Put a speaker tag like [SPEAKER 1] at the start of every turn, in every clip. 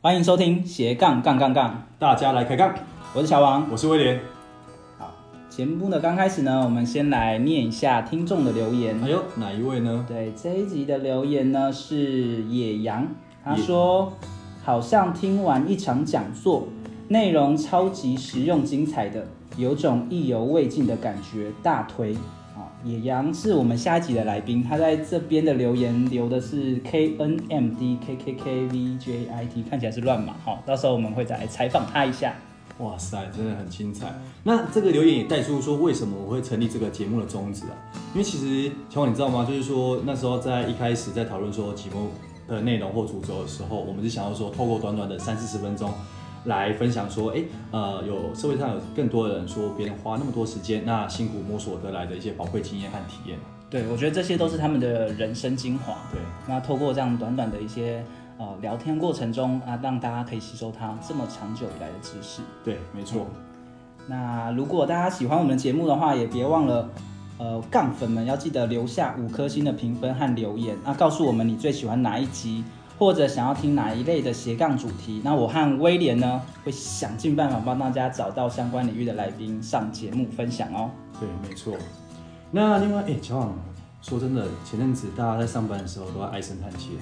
[SPEAKER 1] 欢迎收听斜杠杠杠杠，
[SPEAKER 2] 大家来开杠，
[SPEAKER 1] 我是小王。
[SPEAKER 2] 我是威廉。
[SPEAKER 1] 节目的刚开始呢，我们先来念一下听众的留言。
[SPEAKER 2] 哎呦，哪一位呢？
[SPEAKER 1] 对这一集的留言呢是野羊，他说好像听完一场讲座，内容超级实用精彩的，有种意犹未尽的感觉，大推。哦，野羊是我们下一集的来宾，他在这边的留言留的是 K N M D K K K V J I T，看起来是乱码哈、哦，到时候我们会再来采访他一下。
[SPEAKER 2] 哇塞，真的很精彩。那这个留言也带出说，为什么我会成立这个节目的宗旨啊？因为其实乔王你知道吗？就是说那时候在一开始在讨论说节目的内容或主轴的时候，我们是想要说透过短短的三四十分钟。来分享说，哎，呃，有社会上有更多的人说别人花那么多时间，那辛苦摸索得来的一些宝贵经验和体验。
[SPEAKER 1] 对，我觉得这些都是他们的人生精华。
[SPEAKER 2] 对，
[SPEAKER 1] 那透过这样短短的一些呃聊天过程中啊，让大家可以吸收他这么长久以来的知识。
[SPEAKER 2] 对，没错。
[SPEAKER 1] 那如果大家喜欢我们的节目的话，也别忘了，呃，杠粉们要记得留下五颗星的评分和留言，那告诉我们你最喜欢哪一集，或者想要听哪一类的斜杠主题。那我和威廉呢，会想尽办法帮大家找到相关领域的来宾上节目分享哦。
[SPEAKER 2] 对，没错。那另外，哎、乔王，说真的，前阵子大家在上班的时候都在唉声叹气，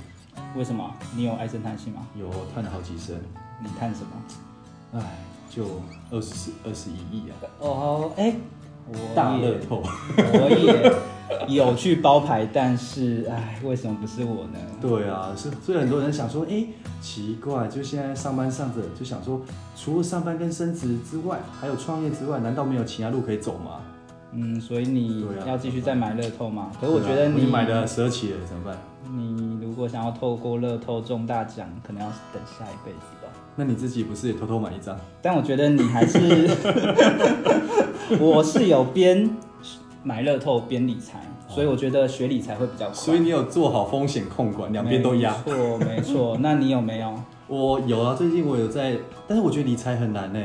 [SPEAKER 1] 为什么？你有唉声叹气吗？
[SPEAKER 2] 有叹了好几声，
[SPEAKER 1] 你叹什么？
[SPEAKER 2] 哎，就二十二十一亿啊，
[SPEAKER 1] 哦，哎、我
[SPEAKER 2] 大
[SPEAKER 1] 也
[SPEAKER 2] 乐透。
[SPEAKER 1] 我也有去包牌，但是哎，为什么不是我呢？
[SPEAKER 2] 对啊，是，所以很多人想说，哎、奇怪，就现在上班上着，就想说，除了上班跟升职之外，还有创业之外，难道没有其他路可以走吗？
[SPEAKER 1] 嗯，所以你
[SPEAKER 2] 对啊
[SPEAKER 1] 要继续再买乐透吗？可是我觉
[SPEAKER 2] 对
[SPEAKER 1] 得
[SPEAKER 2] 啊
[SPEAKER 1] 你、
[SPEAKER 2] 我已经买了十二期了，怎么办？
[SPEAKER 1] 你如果想要透过乐透中大奖，可能要等下一辈子吧。
[SPEAKER 2] 那你自己不是也偷偷买一张？
[SPEAKER 1] 但我觉得你还 是，我是有边买乐透边理财，所以我觉得学理财会比较快。
[SPEAKER 2] 哦所以你有做好风险控管，两边都压。
[SPEAKER 1] 没错没错。那你有没 有？
[SPEAKER 2] 我有啊，最近我有在，但是我觉得理财很难呢，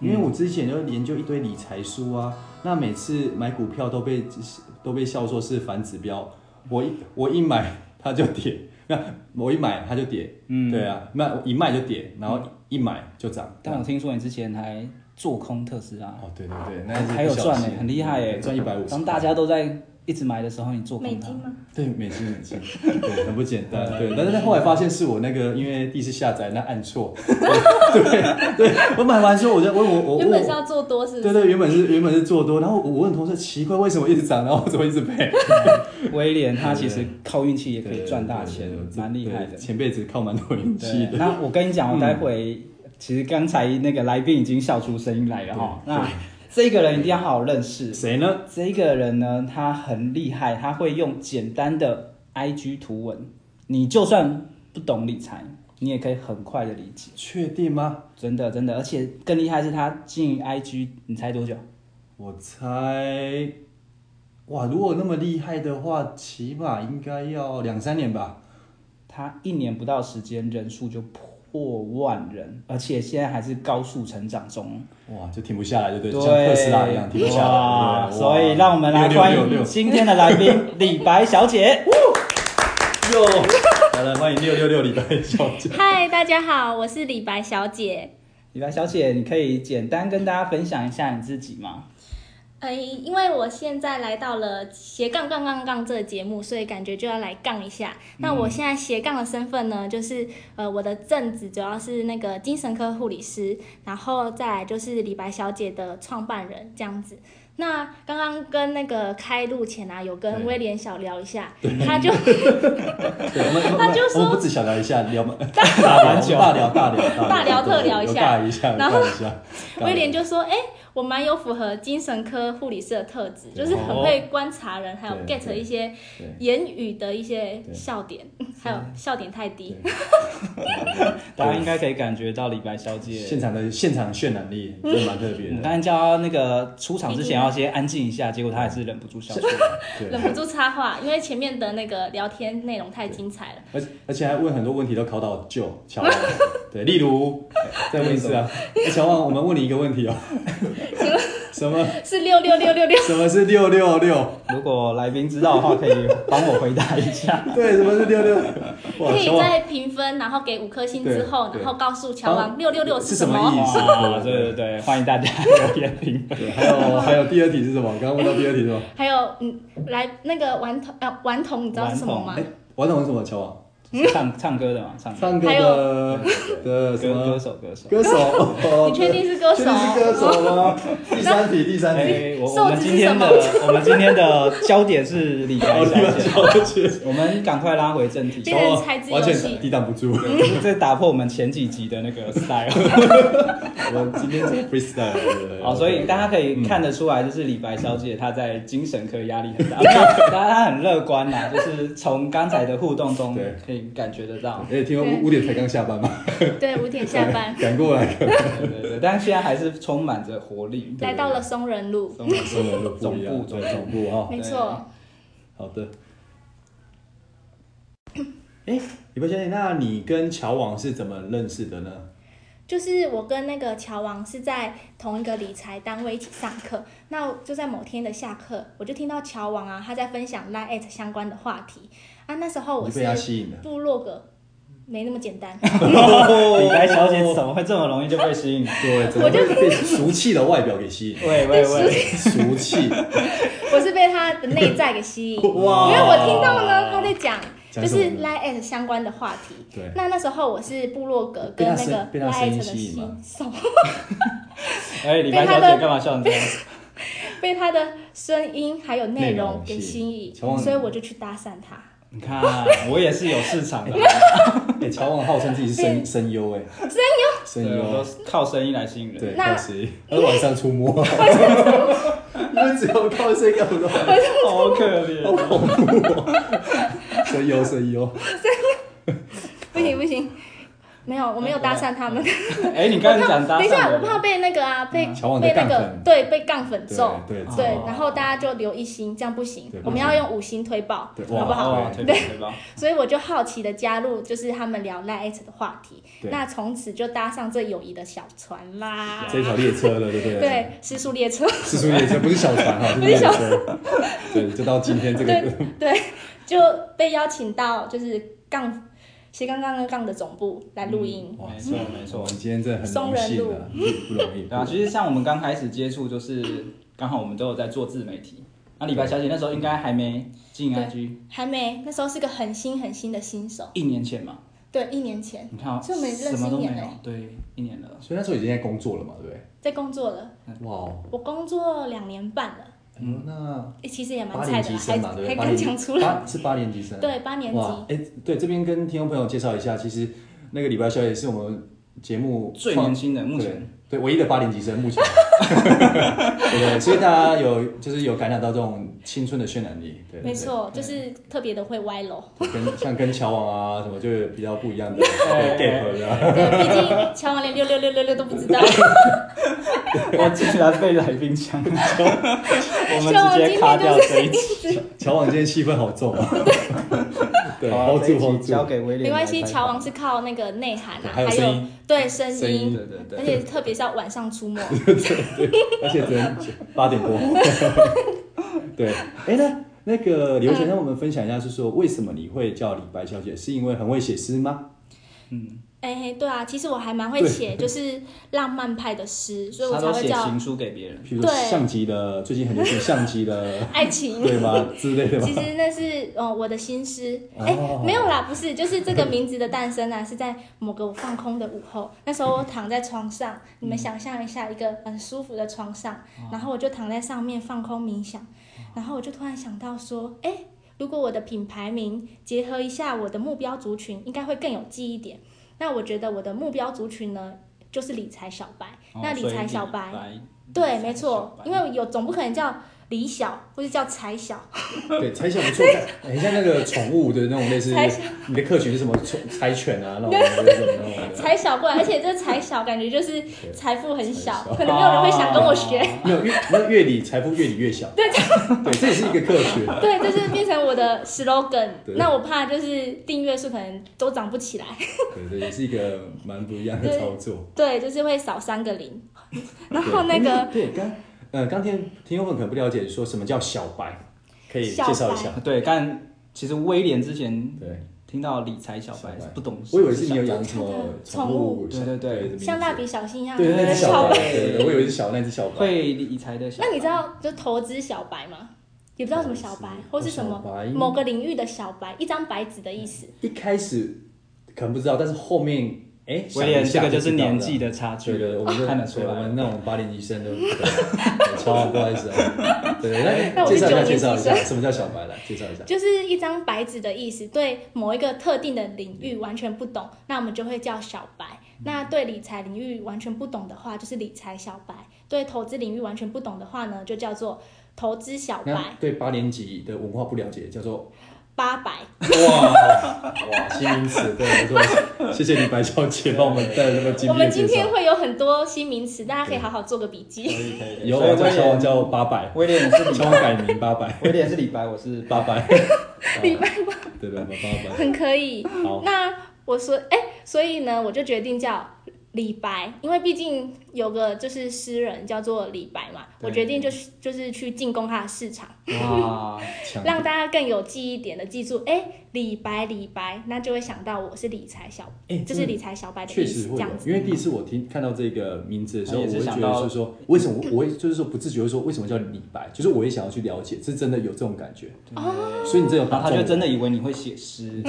[SPEAKER 2] 因为我之前就研究一堆理财书啊，那每次买股票都被都被笑说是反指标，我一我一买它就跌，那我一买它就跌，嗯，对啊，那一卖就跌，然后一买就涨。
[SPEAKER 1] 但我听说你之前还做空特斯拉，
[SPEAKER 2] 哦，对对对，那
[SPEAKER 1] 还
[SPEAKER 2] 是
[SPEAKER 1] 还有
[SPEAKER 2] 不小
[SPEAKER 1] 赚呢、
[SPEAKER 2] 心
[SPEAKER 1] 很厉害哎、
[SPEAKER 2] 赚一百五十
[SPEAKER 1] 当，大家都在一直买的时候，你做
[SPEAKER 3] 美
[SPEAKER 1] 空它
[SPEAKER 3] 金。吗？
[SPEAKER 2] 对，美金美金，对，很不简单，对，但是后来发现是我那个因为第一次下载那按错，对对，我买完之后我就问我我
[SPEAKER 3] 原
[SPEAKER 2] 问
[SPEAKER 3] 本
[SPEAKER 2] 我
[SPEAKER 3] 是。要做多是不
[SPEAKER 2] 对
[SPEAKER 3] 是？
[SPEAKER 2] 对，原本是原本是做多，然后我问同事奇怪为什么一直涨，然后我怎么一直赔，
[SPEAKER 1] 威廉他其实靠运气也可以赚大钱
[SPEAKER 2] 对对对，对
[SPEAKER 1] 蛮厉害
[SPEAKER 2] 对
[SPEAKER 1] 的。
[SPEAKER 2] 前辈子靠蛮多运气
[SPEAKER 1] 对，
[SPEAKER 2] 的。嗯
[SPEAKER 1] 那我跟你讲，我待会、其实刚才那个来宾已经笑出声音来了哈。那这个人一定要好好认识。
[SPEAKER 2] 谁呢？
[SPEAKER 1] 这个人呢，他很厉害，他会用简单的 IG 图文，你就算不懂理财，你也可以很快的理解。
[SPEAKER 2] 确定吗？
[SPEAKER 1] 真的真的，而且更厉害是他经营 IG，你猜多久？
[SPEAKER 2] 我猜，哇，如果那么厉害的话，起码应该要两三年吧。
[SPEAKER 1] 他一年不到时间，人数就破万人，而且现在还是高速成长中。
[SPEAKER 2] 哇，就停不下来，对不对？就像特斯拉一样停不下来
[SPEAKER 1] 哇
[SPEAKER 2] 对不对。
[SPEAKER 1] 所以让我们来
[SPEAKER 2] 六
[SPEAKER 1] 欢
[SPEAKER 2] 六六
[SPEAKER 1] 迎
[SPEAKER 2] 六
[SPEAKER 1] 今天的来宾李白小姐。
[SPEAKER 2] 六，好了，欢迎六六六礼拜小姐。
[SPEAKER 3] 嗨，大家好，我是李白小姐。
[SPEAKER 1] 李白小姐，你可以简单跟大家分享一下你自己吗？
[SPEAKER 3] 呃，因为我现在来到了斜杠杠杠杠这个节目，所以感觉就要来杠一下。那我现在斜杠的身份
[SPEAKER 2] 嗯
[SPEAKER 3] 呢，就是呃，我的正职主要是那个精神科护理师，然后再来就是李白小姐的创办人这样子。那刚刚跟那个开录前啊，有跟
[SPEAKER 2] 对
[SPEAKER 3] 威廉小聊一下，他就
[SPEAKER 2] 对，我们我
[SPEAKER 3] 他
[SPEAKER 2] 们
[SPEAKER 3] 就
[SPEAKER 2] 我
[SPEAKER 3] 说
[SPEAKER 2] 们不止小聊一下，聊嘛
[SPEAKER 1] 打篮球，
[SPEAKER 2] 大聊大聊
[SPEAKER 3] 大聊特聊一
[SPEAKER 2] 有
[SPEAKER 3] 下
[SPEAKER 2] 大一下，有
[SPEAKER 3] 然后
[SPEAKER 2] 大一下。
[SPEAKER 3] 威廉就说：“哎、我蛮有符合精神科护理师的特质，就是很会观察人，还有
[SPEAKER 2] 哦对
[SPEAKER 3] get 一些
[SPEAKER 2] 对
[SPEAKER 3] 言语的一些
[SPEAKER 2] 对
[SPEAKER 3] 笑点，还有笑点太低。
[SPEAKER 1] 大家应该可以感觉到李白小姐
[SPEAKER 2] 现。场的现场渲染力真的蛮特别
[SPEAKER 1] 我们
[SPEAKER 2] 的，
[SPEAKER 3] 嗯
[SPEAKER 1] 刚才叫她那个出场之前要先安静一下，结果她还是忍不住笑出来。
[SPEAKER 2] 对
[SPEAKER 3] 忍，不住插话，因为前面的那个聊天内容太精彩了。
[SPEAKER 2] 而且而且还问很多问题都考到舅乔，对，例如再问一次啊，哎小旺，我们问你一个问题哦，什么
[SPEAKER 3] 是六六六六六，
[SPEAKER 2] 什么是六六六？
[SPEAKER 1] 如果来宾知道的话，可以帮我回答一下。
[SPEAKER 2] 对，什么是六六？哇，
[SPEAKER 3] 可
[SPEAKER 2] 小
[SPEAKER 3] 以
[SPEAKER 2] 旺
[SPEAKER 3] 在评分，然后给五颗星之后，
[SPEAKER 2] 对对
[SPEAKER 3] 然后告诉乔王六六六
[SPEAKER 2] 是
[SPEAKER 3] 什
[SPEAKER 2] 什么
[SPEAKER 3] 么。
[SPEAKER 2] 意思？
[SPEAKER 1] 哇，对
[SPEAKER 2] 对
[SPEAKER 1] 对对，欢迎大家留言评
[SPEAKER 2] 对，
[SPEAKER 1] 论。
[SPEAKER 2] 还有还有第二题是什么？刚刚问到第二题是什么？
[SPEAKER 3] 还有，嗯，来那个顽童，呃，顽童，你知道是什么吗
[SPEAKER 2] 哎？，顽童是什么？乔王，
[SPEAKER 1] 唱唱歌的嘛，唱歌
[SPEAKER 2] 唱歌
[SPEAKER 3] 还
[SPEAKER 2] 的的什
[SPEAKER 1] 歌歌
[SPEAKER 2] 么
[SPEAKER 1] 手歌手。
[SPEAKER 2] 歌手？哦
[SPEAKER 3] 你确定是歌 手
[SPEAKER 2] 确？定是歌手 吗？第三题，第三题，
[SPEAKER 1] 哎，我
[SPEAKER 3] 瘦
[SPEAKER 1] 我们
[SPEAKER 3] 子是
[SPEAKER 1] 今天的 我们今天的焦点是理
[SPEAKER 2] 好，
[SPEAKER 1] 财
[SPEAKER 2] 你
[SPEAKER 1] 小
[SPEAKER 2] 们
[SPEAKER 1] 姐，
[SPEAKER 2] 小姐，
[SPEAKER 1] 我们赶快拉回正题。
[SPEAKER 3] 变成猜字游
[SPEAKER 2] 完
[SPEAKER 3] 戏
[SPEAKER 2] 全抵挡不住。
[SPEAKER 1] 这打破我们前几集的那 个 style
[SPEAKER 2] 我今天是 freestyle 的
[SPEAKER 1] 哦，所以大家可以看得出来，就是李白小姐她在精神科压力很
[SPEAKER 2] 嗯
[SPEAKER 1] 大，没有她她很乐观呐，就是从刚才的互动中
[SPEAKER 2] 对
[SPEAKER 1] 可以感觉得到。
[SPEAKER 2] 哎，听说
[SPEAKER 3] 对
[SPEAKER 2] 五五点才刚下班嘛，
[SPEAKER 3] 对，五点下 班，
[SPEAKER 2] 赶过来，
[SPEAKER 1] 对对对，但现在还是充满着活力。
[SPEAKER 3] 来到了松仁路，
[SPEAKER 1] 松仁
[SPEAKER 2] 说的都不一样
[SPEAKER 1] 总部
[SPEAKER 2] 对 总部啊，
[SPEAKER 3] 没错。
[SPEAKER 2] 好的。哎，李白小姐，那你跟乔王是怎么认识的呢？
[SPEAKER 3] 就是我跟那个乔王是在同一个理财单位一起上课，那就在某天的下课，我就听到乔王啊，他在分享 Line at 相关的话题啊。那时候我
[SPEAKER 2] 你
[SPEAKER 3] 是
[SPEAKER 2] 被他吸引了。
[SPEAKER 3] 部落格，没那么 简单，
[SPEAKER 1] 李白小姐怎么会这么容易就被吸引？
[SPEAKER 2] 对，怎么会 被俗气的外表给吸引？
[SPEAKER 1] 喂 喂喂，
[SPEAKER 2] 俗气，
[SPEAKER 3] 我是被他的内在给吸 引，因为
[SPEAKER 2] 哇
[SPEAKER 3] 我听到呢他在讲
[SPEAKER 2] 哦讲什
[SPEAKER 3] 就
[SPEAKER 2] 么
[SPEAKER 3] 是
[SPEAKER 2] 呢
[SPEAKER 3] Line at 相关的话题。
[SPEAKER 2] 对，
[SPEAKER 3] 那那时候我是部落格跟那个
[SPEAKER 2] 被
[SPEAKER 3] Line
[SPEAKER 2] 他声被他声音
[SPEAKER 3] 的
[SPEAKER 2] 吸引吗
[SPEAKER 3] 新手，
[SPEAKER 1] 哎，李白小姐干嘛笑成这样？
[SPEAKER 3] 被他的声音还有内容给
[SPEAKER 2] 内
[SPEAKER 3] 吸
[SPEAKER 2] 容吸引
[SPEAKER 3] 引，
[SPEAKER 2] 乔王
[SPEAKER 3] 所以我就去搭讪他。
[SPEAKER 1] 你看，啊我也是有市 场的，
[SPEAKER 2] 哎，乔王号称自己是声声优，哎，声
[SPEAKER 1] 对，我
[SPEAKER 2] 优，声
[SPEAKER 1] 都
[SPEAKER 2] 优，
[SPEAKER 1] 是靠声音来吸引人。
[SPEAKER 2] 对，
[SPEAKER 3] 那
[SPEAKER 2] 靠谁？他是晚上出 没， 因为只有靠谁干不到，
[SPEAKER 1] 好可怜
[SPEAKER 2] 好。 恐怖哦，声优，声优，
[SPEAKER 3] 不行不行，没有，我没有搭讪他们。
[SPEAKER 1] 哎，你刚才讲搭
[SPEAKER 3] 等一下，我
[SPEAKER 1] 讪
[SPEAKER 3] 怕
[SPEAKER 1] 的，
[SPEAKER 3] 被那个啊，被
[SPEAKER 2] 乔王的
[SPEAKER 3] 被那
[SPEAKER 2] 杠
[SPEAKER 3] 个
[SPEAKER 2] 粉
[SPEAKER 3] 对被杠粉
[SPEAKER 2] 对
[SPEAKER 3] 中。
[SPEAKER 2] 对
[SPEAKER 1] 哦
[SPEAKER 3] 对，然后大家就留一星，这样不行
[SPEAKER 2] 对，
[SPEAKER 3] 我
[SPEAKER 2] 不
[SPEAKER 3] 们要
[SPEAKER 2] 行
[SPEAKER 3] 用五星推爆
[SPEAKER 2] 对，
[SPEAKER 3] 好不好？
[SPEAKER 1] 哇，推吧推吧。
[SPEAKER 3] 所以我就好奇的加入，就是他们聊 Line at 的话题，
[SPEAKER 2] 对
[SPEAKER 3] 那从此就搭上这友谊的小船啦。
[SPEAKER 2] 这一条列车了，对不对？，
[SPEAKER 3] 对，失速列车。
[SPEAKER 2] 是出列车，不是小船哈，是列车。对，就到今天这个
[SPEAKER 3] 对对，就被邀请到就是杠斜杠杠杠杠的总部来录
[SPEAKER 2] 嗯
[SPEAKER 3] 音。
[SPEAKER 1] 没错没
[SPEAKER 2] 我
[SPEAKER 1] 错
[SPEAKER 2] 们。今天真的很荣幸啊，不不容易。
[SPEAKER 1] 对啊，其实像我们刚开始接触，就是刚好我们都有在做自媒体。那李白小姐那时候应该还没进
[SPEAKER 3] 对
[SPEAKER 1] IG，
[SPEAKER 3] 还没，那时候是个很新很新的新手。
[SPEAKER 1] 一年前嘛，
[SPEAKER 3] 对，一年前
[SPEAKER 1] 你看哦，
[SPEAKER 3] 就没认识
[SPEAKER 1] 什么都没
[SPEAKER 3] 一年欸
[SPEAKER 1] 有
[SPEAKER 3] 嘞，
[SPEAKER 1] 对，一年了。
[SPEAKER 2] 所以那时候已经在工作了嘛，对
[SPEAKER 3] 在工作了，
[SPEAKER 2] 不对？哇，
[SPEAKER 3] 我工作两年半了，
[SPEAKER 2] 嗯，那
[SPEAKER 3] 诶其实也蛮
[SPEAKER 2] 八
[SPEAKER 3] 菜
[SPEAKER 2] 年
[SPEAKER 3] 的
[SPEAKER 2] 级
[SPEAKER 3] 啦，
[SPEAKER 2] 生
[SPEAKER 3] 还
[SPEAKER 2] 嘛，对不
[SPEAKER 3] 还
[SPEAKER 2] 对？八
[SPEAKER 3] 敢
[SPEAKER 2] 年级
[SPEAKER 3] 讲出来。
[SPEAKER 2] 八是八年级生。
[SPEAKER 3] 对，八年
[SPEAKER 2] 哇
[SPEAKER 3] 级，
[SPEAKER 2] 哎，对，这边跟听众朋友介绍一下，其实那个李白小姐是我们节目
[SPEAKER 1] 最
[SPEAKER 2] 创
[SPEAKER 1] 年轻的，目前
[SPEAKER 2] 对对唯一的八年级生，目前。 对对，所以大家有就是有感染到这种青春的渲染力，对，对
[SPEAKER 3] 没，错，
[SPEAKER 1] 对
[SPEAKER 3] 就是特别的会歪 楼。
[SPEAKER 2] 对跟像跟乔王啊什么就有比较不一样的
[SPEAKER 1] 哎
[SPEAKER 2] gap 这样。
[SPEAKER 3] 对，毕竟乔王连六六六六六都不 知道，
[SPEAKER 1] 我竟然被来宾抢走，我
[SPEAKER 3] 们直接卡掉 这一
[SPEAKER 1] 集，
[SPEAKER 2] 乔 王今天气氛好重啊， 对
[SPEAKER 1] 好啊
[SPEAKER 2] ，hold
[SPEAKER 1] 这一
[SPEAKER 2] 住
[SPEAKER 1] 集
[SPEAKER 2] hold 住
[SPEAKER 1] 交，给威廉。
[SPEAKER 3] 没关系。乔王是靠那个内涵啊，
[SPEAKER 2] 还有声音
[SPEAKER 3] 对声
[SPEAKER 2] 声
[SPEAKER 1] 对
[SPEAKER 2] 音
[SPEAKER 3] 音，
[SPEAKER 1] 对
[SPEAKER 3] 而
[SPEAKER 1] 对，
[SPEAKER 3] 且特别是要晚上出 没。
[SPEAKER 2] 而且只能八点 多。对，哎、那那个刘姐，那我们分享一下，是说为什么你会叫李白小姐？是因为很会写诗吗？
[SPEAKER 1] 嗯，
[SPEAKER 3] 哎、对啊，其实我还蛮会写，就是浪漫派的诗，所以我
[SPEAKER 1] 他
[SPEAKER 3] 才
[SPEAKER 1] 都
[SPEAKER 3] 会
[SPEAKER 1] 写
[SPEAKER 3] 叫
[SPEAKER 1] 情书给别人。
[SPEAKER 2] 比如说
[SPEAKER 3] 对，
[SPEAKER 2] 相机的，最近很流行相机的
[SPEAKER 3] 爱情。
[SPEAKER 2] 对吗？之类的吗
[SPEAKER 3] 其？实那是呃我的新诗，
[SPEAKER 2] 哦
[SPEAKER 3] 哎、没有啦，不是，就是这个名字的诞生啊，是在某个我放空的午后，那时候我躺在床上，你们想象一下一个很舒服的床上，然后我就躺在上面放空冥想，然后我就突然想到说，哎、如果我的品牌名结合一下我的目标族群，应该会更有记忆点。那我觉得我的目标族群呢，就是理财小白，
[SPEAKER 1] 哦
[SPEAKER 3] 那理
[SPEAKER 1] 所以
[SPEAKER 3] 财小白
[SPEAKER 1] 白，
[SPEAKER 3] 对，没错，因
[SPEAKER 1] 为
[SPEAKER 3] 为有总不可能叫李小，或者叫柴小，
[SPEAKER 2] 对，柴犬不错，很像那个宠物的那种类似
[SPEAKER 3] 柴犬，
[SPEAKER 2] 你的客群是什么宠柴犬啊，那种那种那种的。
[SPEAKER 3] 柴小过来，而且这柴小感觉就是财富很小
[SPEAKER 2] 柴小，
[SPEAKER 3] 可能没有人会想跟我学。
[SPEAKER 2] 没有越那越理财富越理越小，对对，这也是一个客 群。
[SPEAKER 3] 对，这就是变成我的 slogan
[SPEAKER 2] 哦 对。
[SPEAKER 3] 那我怕就是订阅数可能都涨不起来，
[SPEAKER 2] 对对，也是一个蛮不一样的
[SPEAKER 3] 对
[SPEAKER 2] 操作。
[SPEAKER 3] 对，就是会少三个零。 然后那个
[SPEAKER 2] 对刚呃，刚听听众朋友可能不了解，说什么叫小白，可以介绍一
[SPEAKER 3] 小
[SPEAKER 2] 下。
[SPEAKER 1] 对，但其实威廉之前
[SPEAKER 2] 对，
[SPEAKER 1] 听到理财小白
[SPEAKER 2] 小白
[SPEAKER 1] 不懂，
[SPEAKER 2] 我以为是你有养什么
[SPEAKER 3] 宠
[SPEAKER 2] 物，
[SPEAKER 3] 物
[SPEAKER 1] 对对对
[SPEAKER 2] 对，
[SPEAKER 3] 像大笔小新一样，
[SPEAKER 2] 对对那只小
[SPEAKER 3] 小
[SPEAKER 2] 白，
[SPEAKER 3] 白。
[SPEAKER 2] 对对对，我以为是小那只小白。
[SPEAKER 1] 会理财的小白。
[SPEAKER 3] 那你知道就投资小白吗？也不知道什么小白，
[SPEAKER 2] 投
[SPEAKER 3] 或
[SPEAKER 2] 资
[SPEAKER 3] 是什么
[SPEAKER 2] 小白
[SPEAKER 3] 某个领域的小白，一张白纸的意思。
[SPEAKER 2] 一开始可能不知道，但是后面哎，
[SPEAKER 1] 威廉这
[SPEAKER 2] 想
[SPEAKER 1] 个
[SPEAKER 2] 一下
[SPEAKER 1] 就是
[SPEAKER 2] 知道了
[SPEAKER 1] 年纪的差距
[SPEAKER 2] 对对，对我们就
[SPEAKER 1] 看得出
[SPEAKER 2] 我
[SPEAKER 1] 来。
[SPEAKER 2] 们那种八年级生都对超不好意思啊。对， 来
[SPEAKER 3] 那我
[SPEAKER 2] 介
[SPEAKER 3] 是
[SPEAKER 2] 绍一下，
[SPEAKER 3] 九年级
[SPEAKER 2] 介绍一下
[SPEAKER 3] 生
[SPEAKER 2] 什么叫小白来介绍一下。
[SPEAKER 3] 就是一张白纸的意思，对某一个特定的领域完全不懂，那我们就会叫小白；那对理财领域完全不懂的话，就是理财小白；对投资领域完全不懂的话呢，就叫做投资小
[SPEAKER 2] 那
[SPEAKER 3] 白。
[SPEAKER 2] 对八年级的文化不了解，叫做
[SPEAKER 3] 八百，
[SPEAKER 2] 哇哇新名词，对，没错。谢谢你白小姐帮我们带来这么精
[SPEAKER 3] 我
[SPEAKER 2] 辟的
[SPEAKER 3] 们今
[SPEAKER 2] 介
[SPEAKER 3] 天
[SPEAKER 2] 绍。
[SPEAKER 3] 会有很多新名词，大家可以好好做个笔记。
[SPEAKER 2] 以后
[SPEAKER 1] 所以
[SPEAKER 2] 我叫
[SPEAKER 1] 威
[SPEAKER 2] 小王
[SPEAKER 1] 廉
[SPEAKER 2] 叫八百，
[SPEAKER 1] 威廉是李
[SPEAKER 2] 小王改名八百，
[SPEAKER 1] 威廉是李白，我是
[SPEAKER 2] 八百，
[SPEAKER 3] 礼
[SPEAKER 2] 拜八，对对对，八
[SPEAKER 3] 很可以。
[SPEAKER 2] 百，好。
[SPEAKER 3] 那我说，哎、所以呢，我就决定叫李白，因为毕竟有个就是诗人叫做李白嘛，
[SPEAKER 1] 对
[SPEAKER 3] 我决定就是就是去进攻他的市场。
[SPEAKER 1] 哇，
[SPEAKER 2] 强
[SPEAKER 3] 让大家更有记忆点的记住，哎、李白，李白，那就会想到我是理财小，
[SPEAKER 2] 哎
[SPEAKER 3] 这是理财小白的
[SPEAKER 2] 确
[SPEAKER 3] 意
[SPEAKER 2] 实
[SPEAKER 3] 思，
[SPEAKER 2] 会
[SPEAKER 3] 这
[SPEAKER 2] 有
[SPEAKER 3] 样，子。
[SPEAKER 2] 因为第一次我听看到这个名字的时候，
[SPEAKER 1] 我
[SPEAKER 2] 我
[SPEAKER 1] 也是
[SPEAKER 2] 会觉
[SPEAKER 1] 想
[SPEAKER 2] 得
[SPEAKER 1] 到
[SPEAKER 2] 是说，为什么我会就是说不自觉会说为什么叫李白，就是我也想要去了解，是真的有这种感觉，所以你真的有
[SPEAKER 1] 然
[SPEAKER 2] 打
[SPEAKER 1] 后
[SPEAKER 2] 中
[SPEAKER 1] 他
[SPEAKER 2] 我，
[SPEAKER 1] 就真的以为你会写 诗，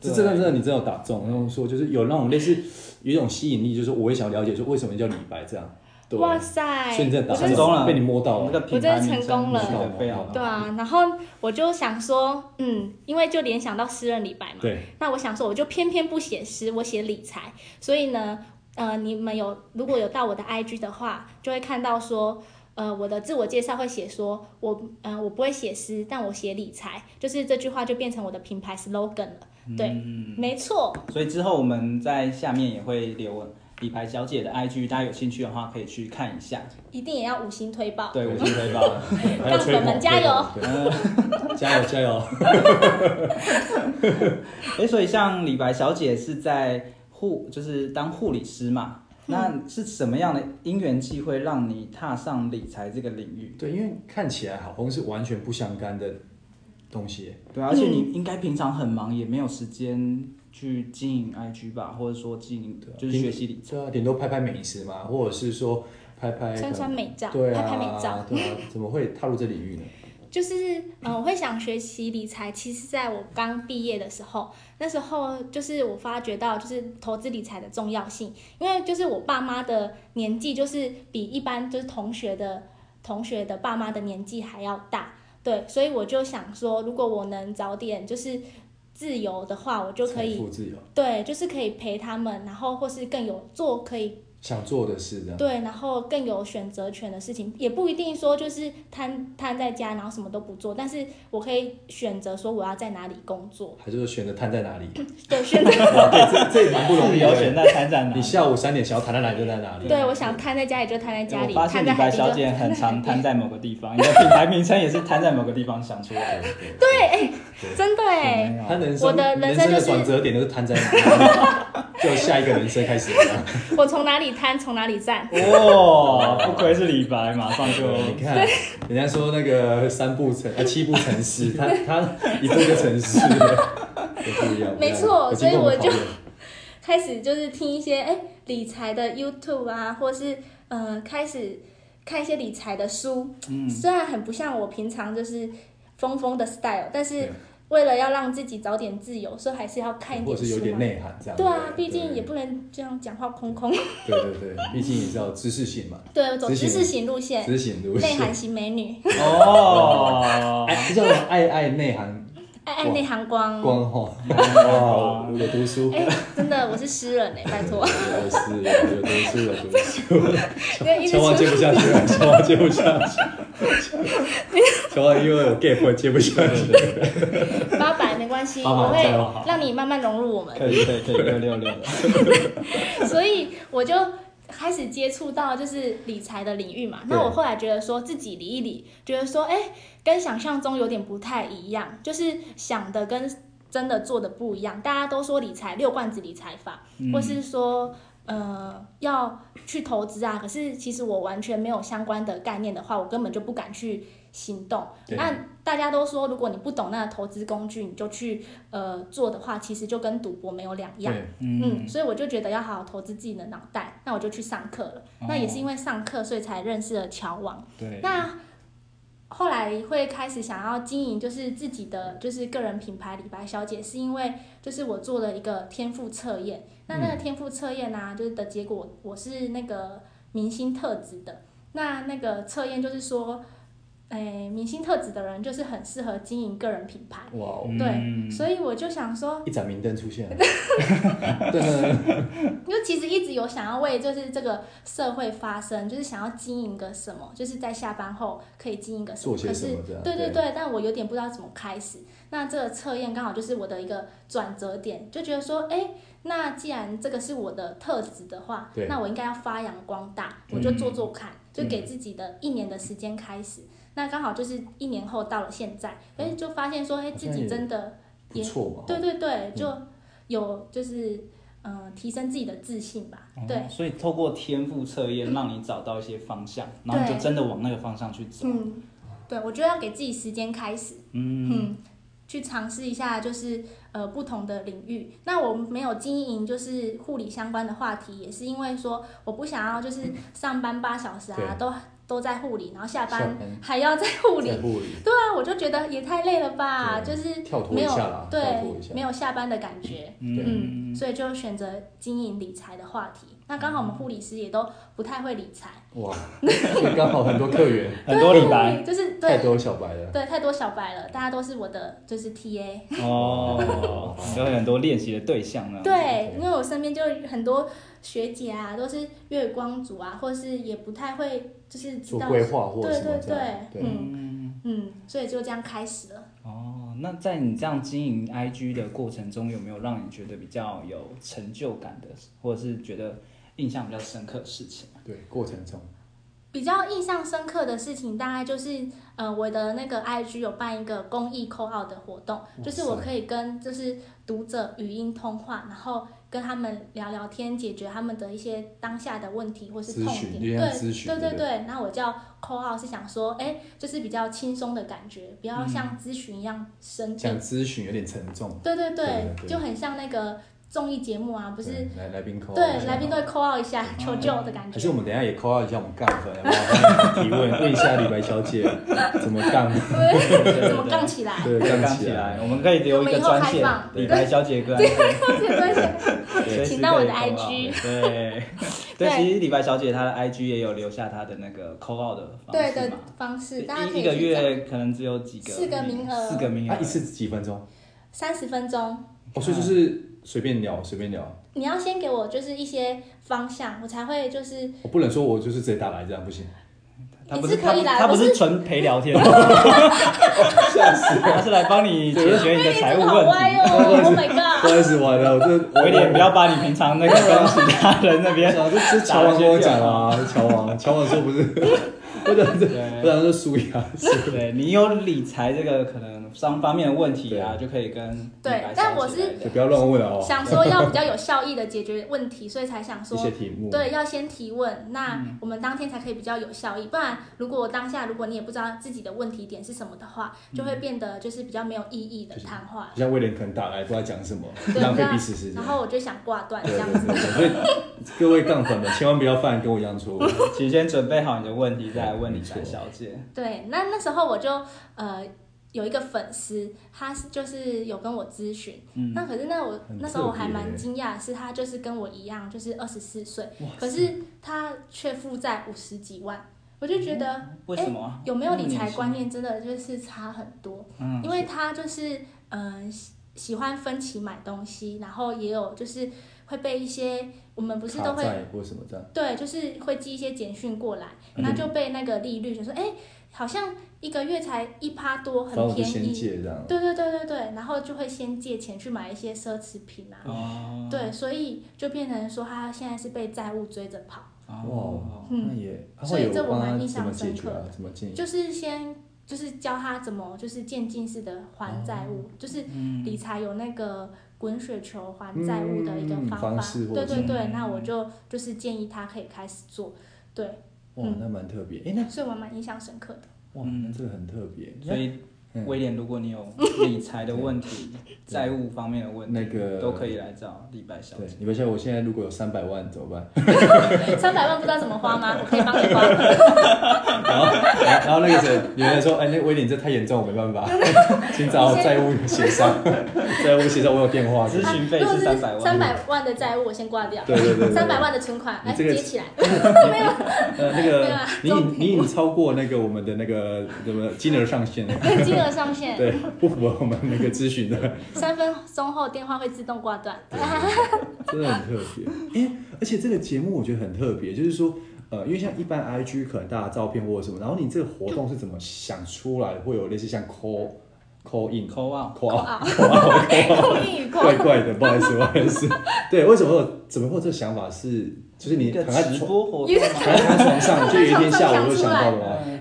[SPEAKER 2] 是真的真的你真的有打中，然后说就是有那种类似有一种吸引力，就是我也想要了解说为什么叫李白这样，对，
[SPEAKER 3] 哇
[SPEAKER 2] 所
[SPEAKER 3] 塞，
[SPEAKER 2] 以你真的
[SPEAKER 3] 我
[SPEAKER 2] 打
[SPEAKER 3] 真
[SPEAKER 1] 成
[SPEAKER 3] 的
[SPEAKER 1] 功了
[SPEAKER 2] 被你摸到
[SPEAKER 1] 哦我们
[SPEAKER 2] 了，
[SPEAKER 1] 的品牌名称
[SPEAKER 3] 我真的成功了
[SPEAKER 1] 取得非常好。
[SPEAKER 3] 对啊，然后我就想说，嗯，因为就联想到诗人李白嘛，
[SPEAKER 2] 对，
[SPEAKER 3] 那我想说，我就偏偏不写诗，我写理财，所以呢，呃，你们有如果有到我的 IG 的话，就会看到说。呃，我的自我介绍会写说，我呃我不会写诗，但我写理财，就是这句话就变成我的品牌 slogan 了。对，
[SPEAKER 2] 嗯
[SPEAKER 3] 没错，
[SPEAKER 1] 所以之后我们在下面也会留李白小姐的 IG，大家有兴趣的话可以去看一下。
[SPEAKER 3] 一定也要五星推爆。
[SPEAKER 1] 对，我是推报。
[SPEAKER 2] 还有
[SPEAKER 3] 让
[SPEAKER 2] 吹
[SPEAKER 3] 粉们
[SPEAKER 2] 捧
[SPEAKER 3] 加油，
[SPEAKER 2] 吹捧 对加油加油，
[SPEAKER 1] 哎，所以像李白小姐是在护，就是当护理师嘛。那是什么样的因缘际会让你踏上理财这个领域？
[SPEAKER 2] 对，因为看起来好像是完全不相干的东西耶，
[SPEAKER 1] 对啊，而且你应该平常很忙，也没有时间去经营 IG 吧，或者说经营
[SPEAKER 2] 对啊
[SPEAKER 1] 就是学习理财。
[SPEAKER 2] 对啊，顶多拍拍美食嘛，或者是说拍拍
[SPEAKER 3] 穿穿美照，
[SPEAKER 2] 对啊，
[SPEAKER 3] 拍拍美照，
[SPEAKER 2] 对啊，怎么会踏入这领域呢？
[SPEAKER 3] 就是嗯，我会想学习理财。其实，在我刚毕业的时候，那时候就是我发觉到就是投资理财的重要性，因为就是我爸妈的年纪就是比一般就是同学的同学的爸妈的年纪还要大，对，所以我就想说，如果我能早点就是自由的话，我就可
[SPEAKER 2] 财
[SPEAKER 3] 以
[SPEAKER 2] 富自由，
[SPEAKER 3] 对，就是可以陪他们，然后或是更有做可以
[SPEAKER 2] 想做的事这样。
[SPEAKER 3] 对，然后更有选择权的事情，也不一定说就是瘫瘫在家，然后什么都不做，但是我可以选择说我要在哪里工作，
[SPEAKER 2] 还是说选择摊在 哪里？
[SPEAKER 3] 对，选择
[SPEAKER 2] 哇，对，这这也蛮不容易
[SPEAKER 1] 自由选
[SPEAKER 2] 的。
[SPEAKER 1] 在参展
[SPEAKER 2] 你下午三点想要摊在哪里就在哪里。啊
[SPEAKER 3] 对我想瘫在家里就瘫在家
[SPEAKER 1] 我
[SPEAKER 3] 里，
[SPEAKER 1] 发现
[SPEAKER 3] 瘫在
[SPEAKER 1] 李
[SPEAKER 3] 海
[SPEAKER 1] 白
[SPEAKER 3] 底
[SPEAKER 1] 小
[SPEAKER 3] 就
[SPEAKER 1] 姐很常
[SPEAKER 3] 瘫
[SPEAKER 1] 摊在某个地方，你的品牌名称也是摊在某个地方想出来的。嗯
[SPEAKER 2] 对，
[SPEAKER 3] 在真的哎，
[SPEAKER 2] 他人
[SPEAKER 3] 我
[SPEAKER 2] 生
[SPEAKER 3] 的人
[SPEAKER 2] 人
[SPEAKER 3] 生
[SPEAKER 2] 生
[SPEAKER 3] 就
[SPEAKER 2] 的
[SPEAKER 3] 是
[SPEAKER 2] 转折点都是摊在哪 里，就下一个人生开始了。
[SPEAKER 3] 我从哪里瘫从哪里站，
[SPEAKER 1] 哇，哦不愧是李白，马上就
[SPEAKER 3] 哦
[SPEAKER 2] 对你看，人家说那个三步成啊七步成 诗，他他一步就成诗了，也不一样。
[SPEAKER 3] 没错
[SPEAKER 2] 有经过
[SPEAKER 3] 所以我
[SPEAKER 2] 们考
[SPEAKER 3] 就
[SPEAKER 2] 验
[SPEAKER 3] 开始就是听一些哎理财的 YouTube 啊，或是呃开始看一些理财的书，
[SPEAKER 2] 嗯
[SPEAKER 3] 虽然很不像我平常就是疯疯的 style，但是
[SPEAKER 2] 对
[SPEAKER 3] 为了要让自己早点自由，所以还是要看一
[SPEAKER 2] 或
[SPEAKER 3] 点
[SPEAKER 2] 者是有
[SPEAKER 3] 书
[SPEAKER 2] 点
[SPEAKER 3] 嘛。
[SPEAKER 2] 内涵这样。
[SPEAKER 3] 对啊，
[SPEAKER 2] 对
[SPEAKER 3] 毕竟也不能这样讲话空空。
[SPEAKER 2] 对对对，毕竟也是要知识性嘛，
[SPEAKER 3] 对，我走
[SPEAKER 2] 知性
[SPEAKER 3] 知识型路线，
[SPEAKER 2] 知识型路
[SPEAKER 3] 内
[SPEAKER 2] 线。
[SPEAKER 3] 涵型美女，
[SPEAKER 1] 哦，
[SPEAKER 2] 哎哎，这叫什么爱爱内涵
[SPEAKER 3] 哎哎，内涵光，
[SPEAKER 4] 光哈，
[SPEAKER 2] 哇，有读书，
[SPEAKER 3] 哎，真的我是诗人哎，拜 托，
[SPEAKER 2] 有是有读书有读书，
[SPEAKER 3] 因为一直
[SPEAKER 4] 乔王
[SPEAKER 3] 出
[SPEAKER 4] 接不下去了，乔王接不下 去，乔王因为有 gap 接不下去，
[SPEAKER 3] 八百没关系，
[SPEAKER 4] 八百
[SPEAKER 3] 我
[SPEAKER 4] 加油好
[SPEAKER 3] 会让你慢慢融入我们。
[SPEAKER 4] 可以可以可以六六六，
[SPEAKER 3] 所以我就开始接触到就是理财的领域嘛。那我后来觉得说自己理一理，觉得说哎、跟想象中有点不太一样，就是想的跟真的做的不一样。大家都说理财六罐子理财法，或是说。呃，要去投资啊，可是其实我完全没有相关的概念的话，我根本就不敢去行动。
[SPEAKER 4] 对
[SPEAKER 3] 那大家都说，如果你不懂那个投资工具，你就去呃做的话，其实就跟赌博没有两样。
[SPEAKER 4] 对，
[SPEAKER 1] 嗯
[SPEAKER 3] 嗯，，所以我就觉得要好好投资自己的脑袋，那我就去上课了。
[SPEAKER 1] 哦
[SPEAKER 3] 那也是因为上课，所以才认识了乔王。
[SPEAKER 4] 对，
[SPEAKER 3] 那后来会开始想要经营，就是自己的就是个人品牌李白小姐，是因为就是我做了一个天赋测验。那那个天赋测验啊，就是的结果我是那个明星特质的。那那个测验就是说，诶、明星特质的人就是很适合经营个人品牌。
[SPEAKER 4] 哇哦，
[SPEAKER 1] 嗯
[SPEAKER 3] 对，所以我就想说，
[SPEAKER 4] 一盏明灯出现了，
[SPEAKER 3] 因为其实一直有想要为就是这个社会发声，就是想要经营个什么，就是在下班后可以经营个什
[SPEAKER 4] 做
[SPEAKER 3] 么，
[SPEAKER 4] 些
[SPEAKER 3] 可
[SPEAKER 4] 什
[SPEAKER 3] 是
[SPEAKER 4] 么这样
[SPEAKER 3] 对对
[SPEAKER 4] 对
[SPEAKER 3] 对，但我有点不知道怎么开始。那这个测验刚好就是我的一个转折点，就觉得说，哎，那既然这个是我的特质的话
[SPEAKER 4] 对，
[SPEAKER 3] 那我应该要发扬光大，我就做做看，就给自己的一年的时间开始。那刚好就是一年后到了现在，哎，就发现说，哎，自
[SPEAKER 4] 好像
[SPEAKER 3] 己
[SPEAKER 4] 也
[SPEAKER 3] 真的
[SPEAKER 4] 不错嘛，哦
[SPEAKER 3] 对对对，就
[SPEAKER 4] 嗯
[SPEAKER 3] 有就是嗯、呃提升自己的自信吧。对
[SPEAKER 1] 哦，，所以透过天赋测验，让你找到一些方向，然后你就
[SPEAKER 3] 对
[SPEAKER 1] 真的往那个方向去走。
[SPEAKER 3] 嗯，对，我觉得要给自己时间开始，
[SPEAKER 1] 嗯，
[SPEAKER 3] 嗯，去尝试一下就是呃不同的领域。那我没有经营就是护理相关的话题，也是因为说我不想要就是上班八小时啊
[SPEAKER 4] 对
[SPEAKER 3] 都都在护理，然后下
[SPEAKER 4] 下
[SPEAKER 3] 班
[SPEAKER 4] 班
[SPEAKER 3] 还要在护理
[SPEAKER 4] 在，护理，
[SPEAKER 3] 对啊，我就觉得也太累了吧，
[SPEAKER 4] 对
[SPEAKER 3] 就是
[SPEAKER 4] 跳脱
[SPEAKER 3] 没
[SPEAKER 4] 一
[SPEAKER 3] 有
[SPEAKER 4] 下啦
[SPEAKER 3] 对
[SPEAKER 4] 跳脱一下
[SPEAKER 3] 没有下班的感觉，
[SPEAKER 4] 对
[SPEAKER 3] 嗯，所以就选择经营理财的话题。那刚好我们护理师也都不太会理财，
[SPEAKER 4] 哇， 刚好很多客源，
[SPEAKER 1] 很多李白
[SPEAKER 3] 对就是
[SPEAKER 4] 太
[SPEAKER 3] 对
[SPEAKER 4] 多小白了，
[SPEAKER 3] 对太多小白了，大家都是我的就是 TA，
[SPEAKER 4] 啊
[SPEAKER 1] 哦，有很多练习的对象呢。
[SPEAKER 3] 对，因为我身边就很多学姐啊，都是月光族啊，或是也不太会就是知
[SPEAKER 4] 做
[SPEAKER 3] 道
[SPEAKER 4] 规划或者
[SPEAKER 3] 对
[SPEAKER 4] 什么
[SPEAKER 3] 对
[SPEAKER 4] 这样，
[SPEAKER 3] 对，嗯嗯，所以就这样开始了。
[SPEAKER 1] 哦，那在你这样经营 IG 的过程中，有没有让你觉得比较有成就感的，或者是觉得印象比较深刻的事情？
[SPEAKER 4] 对，过程中，
[SPEAKER 3] 嗯比较印象深刻的事情，大概就是呃，我的那个 IG 有办一个公益扣号的活动，就是我可以跟就是读者语音通话，然后跟他们聊聊天，解决他们的一些当下的问题或是
[SPEAKER 4] 咨
[SPEAKER 3] 痛
[SPEAKER 4] 询
[SPEAKER 3] 点。
[SPEAKER 4] 有点像咨
[SPEAKER 3] 对
[SPEAKER 4] 询
[SPEAKER 3] 对
[SPEAKER 4] 对
[SPEAKER 3] 对
[SPEAKER 4] 不
[SPEAKER 3] 对，那我叫扣号是想说，哎、就是比较轻松的感觉，不要像
[SPEAKER 4] 嗯
[SPEAKER 3] 咨询一样生病。
[SPEAKER 4] 讲咨询有点沉重，
[SPEAKER 3] 对对对，
[SPEAKER 4] 对对
[SPEAKER 3] 就很像那个综艺节目啊，不是
[SPEAKER 4] 对来来宾扣，
[SPEAKER 3] 对来宾都会扣号一下求救的感
[SPEAKER 4] 还是
[SPEAKER 3] 觉
[SPEAKER 4] 我。们等一下也扣到一下我们杠粉，然后提问 问一下李白小姐怎么 杠，
[SPEAKER 3] 对，怎么杠起来？
[SPEAKER 4] 对，
[SPEAKER 1] 刚
[SPEAKER 4] 杠
[SPEAKER 1] 起
[SPEAKER 4] 起来
[SPEAKER 1] 来，，我们可以留一个专线
[SPEAKER 3] 我们以后开，
[SPEAKER 1] 李白小姐跟
[SPEAKER 3] 对对对。
[SPEAKER 1] 随时
[SPEAKER 3] 请到我的
[SPEAKER 1] 可以 call out 啊对，对，
[SPEAKER 3] 对
[SPEAKER 1] 其实李白小姐她的 IG 也有留下她的那个 call out 的方
[SPEAKER 3] 对
[SPEAKER 1] 式
[SPEAKER 3] 的
[SPEAKER 1] 嘛。
[SPEAKER 3] 方式，大家可
[SPEAKER 1] 一一
[SPEAKER 3] 以
[SPEAKER 1] 个
[SPEAKER 3] 去找
[SPEAKER 1] 月可能只有几个
[SPEAKER 3] 四个名额
[SPEAKER 1] 四个名额
[SPEAKER 4] 啊，一次几分钟？
[SPEAKER 3] 三十分钟。
[SPEAKER 4] 哦，
[SPEAKER 3] 嗯
[SPEAKER 4] 所以就是随便聊，随便聊，
[SPEAKER 3] 你要先给我就是一些方向，我才会就是
[SPEAKER 4] 我不能说我就是直接打来这样不行，
[SPEAKER 1] 他
[SPEAKER 3] 也
[SPEAKER 1] 不
[SPEAKER 3] 是
[SPEAKER 1] 他
[SPEAKER 3] 可以
[SPEAKER 1] 不
[SPEAKER 3] 啦
[SPEAKER 1] 他不
[SPEAKER 3] 我
[SPEAKER 1] 是
[SPEAKER 3] 是
[SPEAKER 1] 纯陪聊 天，哦
[SPEAKER 4] 吓死了，
[SPEAKER 1] 他是来帮你解决你的财务
[SPEAKER 3] 好
[SPEAKER 1] 问
[SPEAKER 3] 歪
[SPEAKER 1] 题。
[SPEAKER 3] 哦，Oh my god！
[SPEAKER 4] 开始完了，我这
[SPEAKER 1] 威廉，不要把你平常那个跟其他人 那 边，
[SPEAKER 4] 这这乔王跟我讲啊，乔王，乔王说不是，我讲这，我讲这输呀，
[SPEAKER 1] 对你有理财这个可能商方面的问题啊，就可以跟李白
[SPEAKER 3] 对
[SPEAKER 1] 小姐
[SPEAKER 3] 但我是
[SPEAKER 1] 来聊
[SPEAKER 4] 就不要乱问了哦，
[SPEAKER 3] 想说要比较有效益的解决问题，所以才想
[SPEAKER 4] 一
[SPEAKER 3] 说
[SPEAKER 4] 些题目，
[SPEAKER 3] 对要先提问，那
[SPEAKER 1] 嗯
[SPEAKER 3] 我们当天才可以比较有效益。不然如果我当下如果你也不知道自己的问题点是什么的话，就
[SPEAKER 1] 嗯
[SPEAKER 3] 会变得就是比较没有意义的谈话。
[SPEAKER 4] 像威廉可能打来不知道讲什么，
[SPEAKER 3] 对，
[SPEAKER 4] 浪费
[SPEAKER 3] 那
[SPEAKER 4] 彼此时间
[SPEAKER 3] 然。后我就想挂断
[SPEAKER 4] 对
[SPEAKER 3] 这
[SPEAKER 4] 对
[SPEAKER 3] 样
[SPEAKER 4] 对
[SPEAKER 3] 子。
[SPEAKER 4] 对，所以各位杠粉们，千万不要犯跟我一样错误。
[SPEAKER 1] 请先准备好你的问题，再来问理财小姐。
[SPEAKER 3] 对，那那时候我就呃有一个粉丝，他是就是有跟我咨询，那可是那我
[SPEAKER 4] 嗯很
[SPEAKER 3] 那时候我
[SPEAKER 4] 特别
[SPEAKER 3] 还蛮
[SPEAKER 4] 耶
[SPEAKER 3] 惊讶，是他就是跟我一样，就是二十四岁，可是他却负债五十几万，我就觉得
[SPEAKER 1] 为什么啊？
[SPEAKER 3] 哎有没有理财观
[SPEAKER 1] 念？
[SPEAKER 3] 念真的就是差很多，
[SPEAKER 1] 嗯
[SPEAKER 3] 因为他就是嗯、喜喜欢分期买东西，然后也有就是会被一些我们不是都
[SPEAKER 4] 卡
[SPEAKER 3] 会
[SPEAKER 4] 债或什么这样，
[SPEAKER 3] 对，就是会寄一些简讯过来，
[SPEAKER 4] 嗯
[SPEAKER 3] 那就被那个利率就说，哎、好像一个月才一趴多，
[SPEAKER 2] 反正我
[SPEAKER 3] 很
[SPEAKER 2] 就
[SPEAKER 3] 便
[SPEAKER 2] 先
[SPEAKER 3] 宜。
[SPEAKER 2] 借这样。
[SPEAKER 3] 对对对对对，然后就会先借钱去买一些奢侈品啊，
[SPEAKER 2] 嗯
[SPEAKER 1] 哦，
[SPEAKER 3] 对，所以就变成说他现在是被债务追着跑，
[SPEAKER 1] 哦
[SPEAKER 2] 哇，，
[SPEAKER 3] 嗯
[SPEAKER 2] 那也，他
[SPEAKER 3] 所以
[SPEAKER 2] 会有
[SPEAKER 3] 这我
[SPEAKER 2] 帮
[SPEAKER 3] 蛮
[SPEAKER 2] 他
[SPEAKER 3] 印
[SPEAKER 2] 怎么
[SPEAKER 3] 象
[SPEAKER 2] 解
[SPEAKER 3] 深
[SPEAKER 2] 决
[SPEAKER 3] 刻
[SPEAKER 2] 啊？怎么建议？
[SPEAKER 3] 就是先就是教他怎么就是渐进式的还债务，
[SPEAKER 2] 嗯
[SPEAKER 3] 就是理财有那个滚雪球还债务的一个
[SPEAKER 2] 嗯
[SPEAKER 3] 方
[SPEAKER 2] 方
[SPEAKER 3] 法，
[SPEAKER 2] 式或
[SPEAKER 3] 对
[SPEAKER 2] 者
[SPEAKER 3] 对对，那我就就是建议他可以开始做，对，
[SPEAKER 2] 哇，
[SPEAKER 3] 嗯
[SPEAKER 2] 那蛮特别。哎，那
[SPEAKER 3] 所以我蛮印象深刻的。
[SPEAKER 2] 哇，
[SPEAKER 4] 嗯
[SPEAKER 2] 那这个很特别。
[SPEAKER 1] 所以
[SPEAKER 2] 嗯
[SPEAKER 1] 威廉，如果你有 理财的问题、债务方面的问题，
[SPEAKER 2] 那个
[SPEAKER 1] 都可以来找李白小
[SPEAKER 2] 对
[SPEAKER 1] 姐。，
[SPEAKER 2] 你们像我现在如果有三百万怎么办？
[SPEAKER 3] 三百万不知道怎么花吗？我可以帮你花。
[SPEAKER 2] 然后，然后那个谁，有人说，哎，那威廉这太严重，我没办 法，请找债务协商，债务协商，我有电话。
[SPEAKER 1] 咨询费
[SPEAKER 3] 啊如果
[SPEAKER 1] 是
[SPEAKER 3] 是
[SPEAKER 1] 三百万，
[SPEAKER 3] 三百万的债务，我先挂掉。
[SPEAKER 2] 对对对对
[SPEAKER 3] 三百万的存款，
[SPEAKER 2] 你
[SPEAKER 3] 哎，
[SPEAKER 2] 这个
[SPEAKER 3] 接起来。
[SPEAKER 2] 呃，那
[SPEAKER 3] 对
[SPEAKER 2] 个
[SPEAKER 3] 啊
[SPEAKER 2] 你已你已超过那个我们的那个什么金额上 限，
[SPEAKER 3] 对，金额上限，
[SPEAKER 2] 对，不符合我们那个咨询 的，
[SPEAKER 3] 三分钟后电话会自动挂断。
[SPEAKER 2] 真的很特别。哎、而且这个节目我觉得很特别，就是说，呃，因为像一般 IG 可能大家照片或者什么，然后你这个活动是怎么想出来，会有类似像 call call in
[SPEAKER 1] call out
[SPEAKER 2] call out
[SPEAKER 3] 啊，
[SPEAKER 2] call
[SPEAKER 3] 空
[SPEAKER 2] out，
[SPEAKER 3] 运与空
[SPEAKER 2] 怪怪的，不好意思，不好意 思。对，为什么会有怎么会有这个想法是？就是你
[SPEAKER 1] 一个
[SPEAKER 2] 躺在
[SPEAKER 1] 直
[SPEAKER 2] 床
[SPEAKER 1] 播活动啊
[SPEAKER 3] 因为
[SPEAKER 1] 嘛，
[SPEAKER 2] 躺在床上，就有一天下午就想到了吗？
[SPEAKER 1] 嗯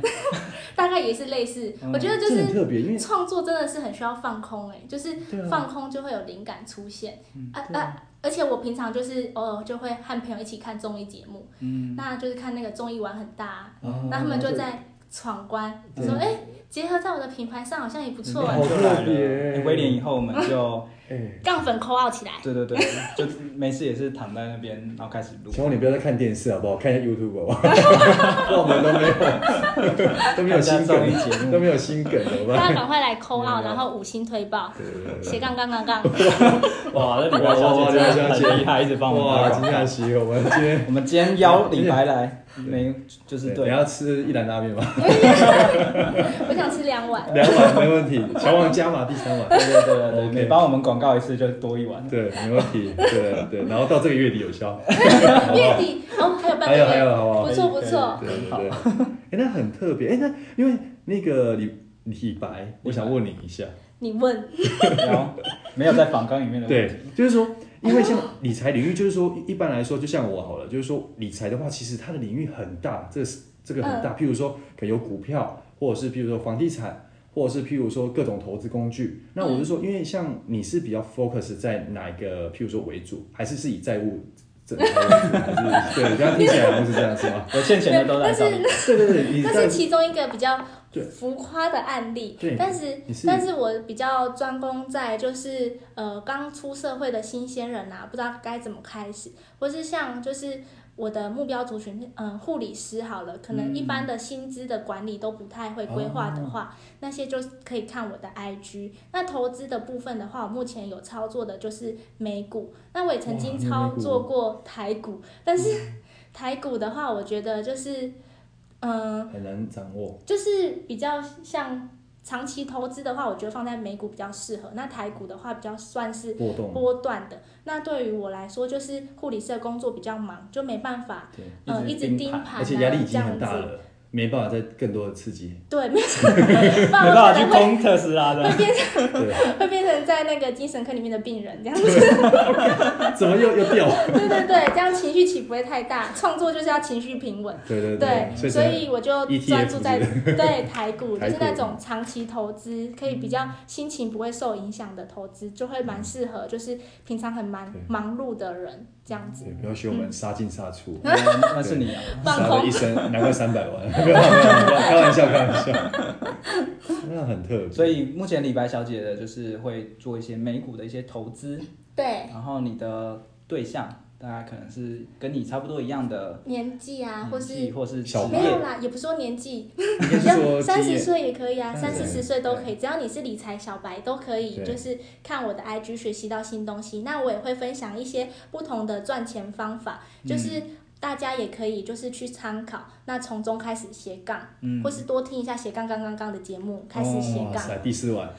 [SPEAKER 3] 大概也是类似
[SPEAKER 1] 嗯。
[SPEAKER 3] 我觉得就
[SPEAKER 2] 这很
[SPEAKER 3] 是
[SPEAKER 2] 特别，因为
[SPEAKER 3] 创作真的是很需要放空，哎，就是
[SPEAKER 2] 对啊
[SPEAKER 3] 放空就会有灵感出现。啊啊！而且我平常就是偶尔就会和朋友一起看综艺节目，
[SPEAKER 1] 嗯
[SPEAKER 3] 那就是看那个综艺玩很大啊，
[SPEAKER 2] 哦
[SPEAKER 3] 那他们就在闯关，
[SPEAKER 2] 对
[SPEAKER 3] 说哎，结合在我的品牌上好像也不错
[SPEAKER 1] 你
[SPEAKER 3] 啊
[SPEAKER 1] 看。就来
[SPEAKER 2] 好特别
[SPEAKER 1] 了。哎威廉以后我们就。
[SPEAKER 2] 哎。
[SPEAKER 3] 杠粉扣奥起来
[SPEAKER 1] 对对对，就没事也是躺在那边，然后开始录。
[SPEAKER 2] 请问你不要再看电视好不好？看一下 YouTube 哦好不好？ 那我们都没有， 都没有新
[SPEAKER 1] 看一下综艺节
[SPEAKER 2] 梗，
[SPEAKER 1] 目
[SPEAKER 2] 都没有新梗，怎么
[SPEAKER 3] 大
[SPEAKER 2] 办？
[SPEAKER 3] 家赶快来扣
[SPEAKER 1] 没有
[SPEAKER 3] 奥，
[SPEAKER 1] 没有
[SPEAKER 3] 然后五星推爆，
[SPEAKER 2] 对对对
[SPEAKER 3] 斜杠杠杠杠。
[SPEAKER 1] 哇，那李白小姐真的很厉害，一直帮我们打
[SPEAKER 2] 哇，金
[SPEAKER 1] 广
[SPEAKER 2] 夏
[SPEAKER 1] 告。
[SPEAKER 2] 熙，我们今天
[SPEAKER 1] 我们今天邀李白来，没就是
[SPEAKER 2] 等
[SPEAKER 1] 对
[SPEAKER 2] 一下吃一兰拉面吧，
[SPEAKER 3] 我想吃两碗。
[SPEAKER 2] 两碗没问题，小王加码第三碗，
[SPEAKER 1] 对对对对，
[SPEAKER 2] OK
[SPEAKER 1] 每帮我们广告一次就多一碗。
[SPEAKER 2] 对，没问题，对对，然后到这个 月底有效，
[SPEAKER 3] 月底哦，还有半
[SPEAKER 2] 还
[SPEAKER 3] 个
[SPEAKER 2] 有还有，哦哎
[SPEAKER 3] 月，
[SPEAKER 2] 好不好
[SPEAKER 3] 不？错不错。
[SPEAKER 2] 对对对，哎，那很特别，哎，那因为那个李李白，我想问你一下，
[SPEAKER 3] 你问
[SPEAKER 1] 然后没有在访纲里面的问题
[SPEAKER 2] 对，就是说，因为像理财领域，就是说一般来说，就像我好了，就是说理财的话，其实它的领域很大，这是这个很大。譬如说，可能有股票，或者是譬如说房地产，或者是譬如说各种投资工具。那我是说，因为像你是比较 focus 在哪一个，譬如说为主，还是是以债务整个为主？还是对，这样听起来好像是这样是吗？
[SPEAKER 1] 有欠钱的都来找你。
[SPEAKER 2] 对对对，你
[SPEAKER 3] 那
[SPEAKER 2] 在
[SPEAKER 3] 是其中一个比较
[SPEAKER 2] 对
[SPEAKER 3] 浮夸的案例
[SPEAKER 2] 对，
[SPEAKER 3] 但是
[SPEAKER 2] 你是
[SPEAKER 3] 但是我比较专攻在就是呃刚出社会的新鲜人啊，不知道该怎么开始，或是像就是。我的目标族群，嗯、护理师好了，可能一般的薪资的管理都不太会规划的
[SPEAKER 2] 哦
[SPEAKER 3] 话，那些就可以看我的 IG。那投资的部分的话，我目前有操作的就是美股，那我也曾经
[SPEAKER 2] 哇你有
[SPEAKER 3] 操
[SPEAKER 2] 美股
[SPEAKER 3] 作过台股，但是台股的话，我觉得就是，嗯、
[SPEAKER 2] 很难掌握。
[SPEAKER 3] 就是比较像长期投资的话，我觉得放在美股比较适合。那台股的话，比较算是
[SPEAKER 2] 波动，
[SPEAKER 3] 波段的。那对于我来说，就是护理师的工作比较忙，就没办法，
[SPEAKER 2] 对，
[SPEAKER 3] 呃，
[SPEAKER 1] 一
[SPEAKER 3] 一
[SPEAKER 1] 直
[SPEAKER 3] 直
[SPEAKER 1] 盯
[SPEAKER 3] 盯
[SPEAKER 1] 盘
[SPEAKER 3] 盘、啊，
[SPEAKER 2] 而且压力已
[SPEAKER 3] 这
[SPEAKER 2] 经
[SPEAKER 3] 样
[SPEAKER 2] 很
[SPEAKER 3] 子。
[SPEAKER 2] 大了，没办法再更多的刺激。
[SPEAKER 3] 对，没错，没
[SPEAKER 1] 没办法去
[SPEAKER 3] 可能 会
[SPEAKER 1] 攻特斯拉的，
[SPEAKER 2] 对，
[SPEAKER 3] 会变成在那个精神科里面的病人这样子。
[SPEAKER 2] 怎么又又掉？
[SPEAKER 3] 对对对，这样情绪起伏会太大。创作就是要情绪平稳。
[SPEAKER 2] 对对
[SPEAKER 3] 对，
[SPEAKER 2] 所以 E 真的
[SPEAKER 3] 所以我就
[SPEAKER 2] ETF
[SPEAKER 3] 专注在
[SPEAKER 2] 是
[SPEAKER 3] 对 台股，就
[SPEAKER 2] 台
[SPEAKER 3] 是
[SPEAKER 2] 股嗯
[SPEAKER 3] 那种长期投资，可以比较心情不会受影响的投资，就会蛮适合，就是平常很忙
[SPEAKER 2] 对
[SPEAKER 3] 忙碌的人这样子。
[SPEAKER 2] 对，不要学我们杀进杀出，
[SPEAKER 1] 那是你啊。
[SPEAKER 3] 嗯放
[SPEAKER 2] 杀
[SPEAKER 3] 空
[SPEAKER 2] 了一身，难怪三百万。 没有没有，没有开玩笑，开玩笑。那很特别，
[SPEAKER 1] 所以目前李白小姐的就是会做一些美股的一些投资，
[SPEAKER 3] 对，
[SPEAKER 1] 然后你的对象大概可能是跟你差不多一样的
[SPEAKER 3] 年纪啊，或
[SPEAKER 1] 年纪
[SPEAKER 3] 是
[SPEAKER 1] 或是职
[SPEAKER 2] 小
[SPEAKER 3] 没有
[SPEAKER 1] 业，
[SPEAKER 3] 啦，也不说年纪，
[SPEAKER 2] 应该是说
[SPEAKER 3] 三
[SPEAKER 2] 经
[SPEAKER 3] 十
[SPEAKER 2] 验嗯
[SPEAKER 3] 岁也可以啊，三
[SPEAKER 2] 对
[SPEAKER 3] 四十岁都可以，只要你是理财小白都可以，
[SPEAKER 2] 对
[SPEAKER 3] 就是看我的
[SPEAKER 2] 嗯
[SPEAKER 3] IG 学习到新东西。那我也会分享一些不同的赚钱方法，就是。大家也可以就是去参考，那从中开始斜杠，或是多听一下斜杠杠杠杠的节目，开始
[SPEAKER 2] 嗯
[SPEAKER 3] 斜
[SPEAKER 2] 哦哇
[SPEAKER 3] 杠。
[SPEAKER 2] 塞，第四碗，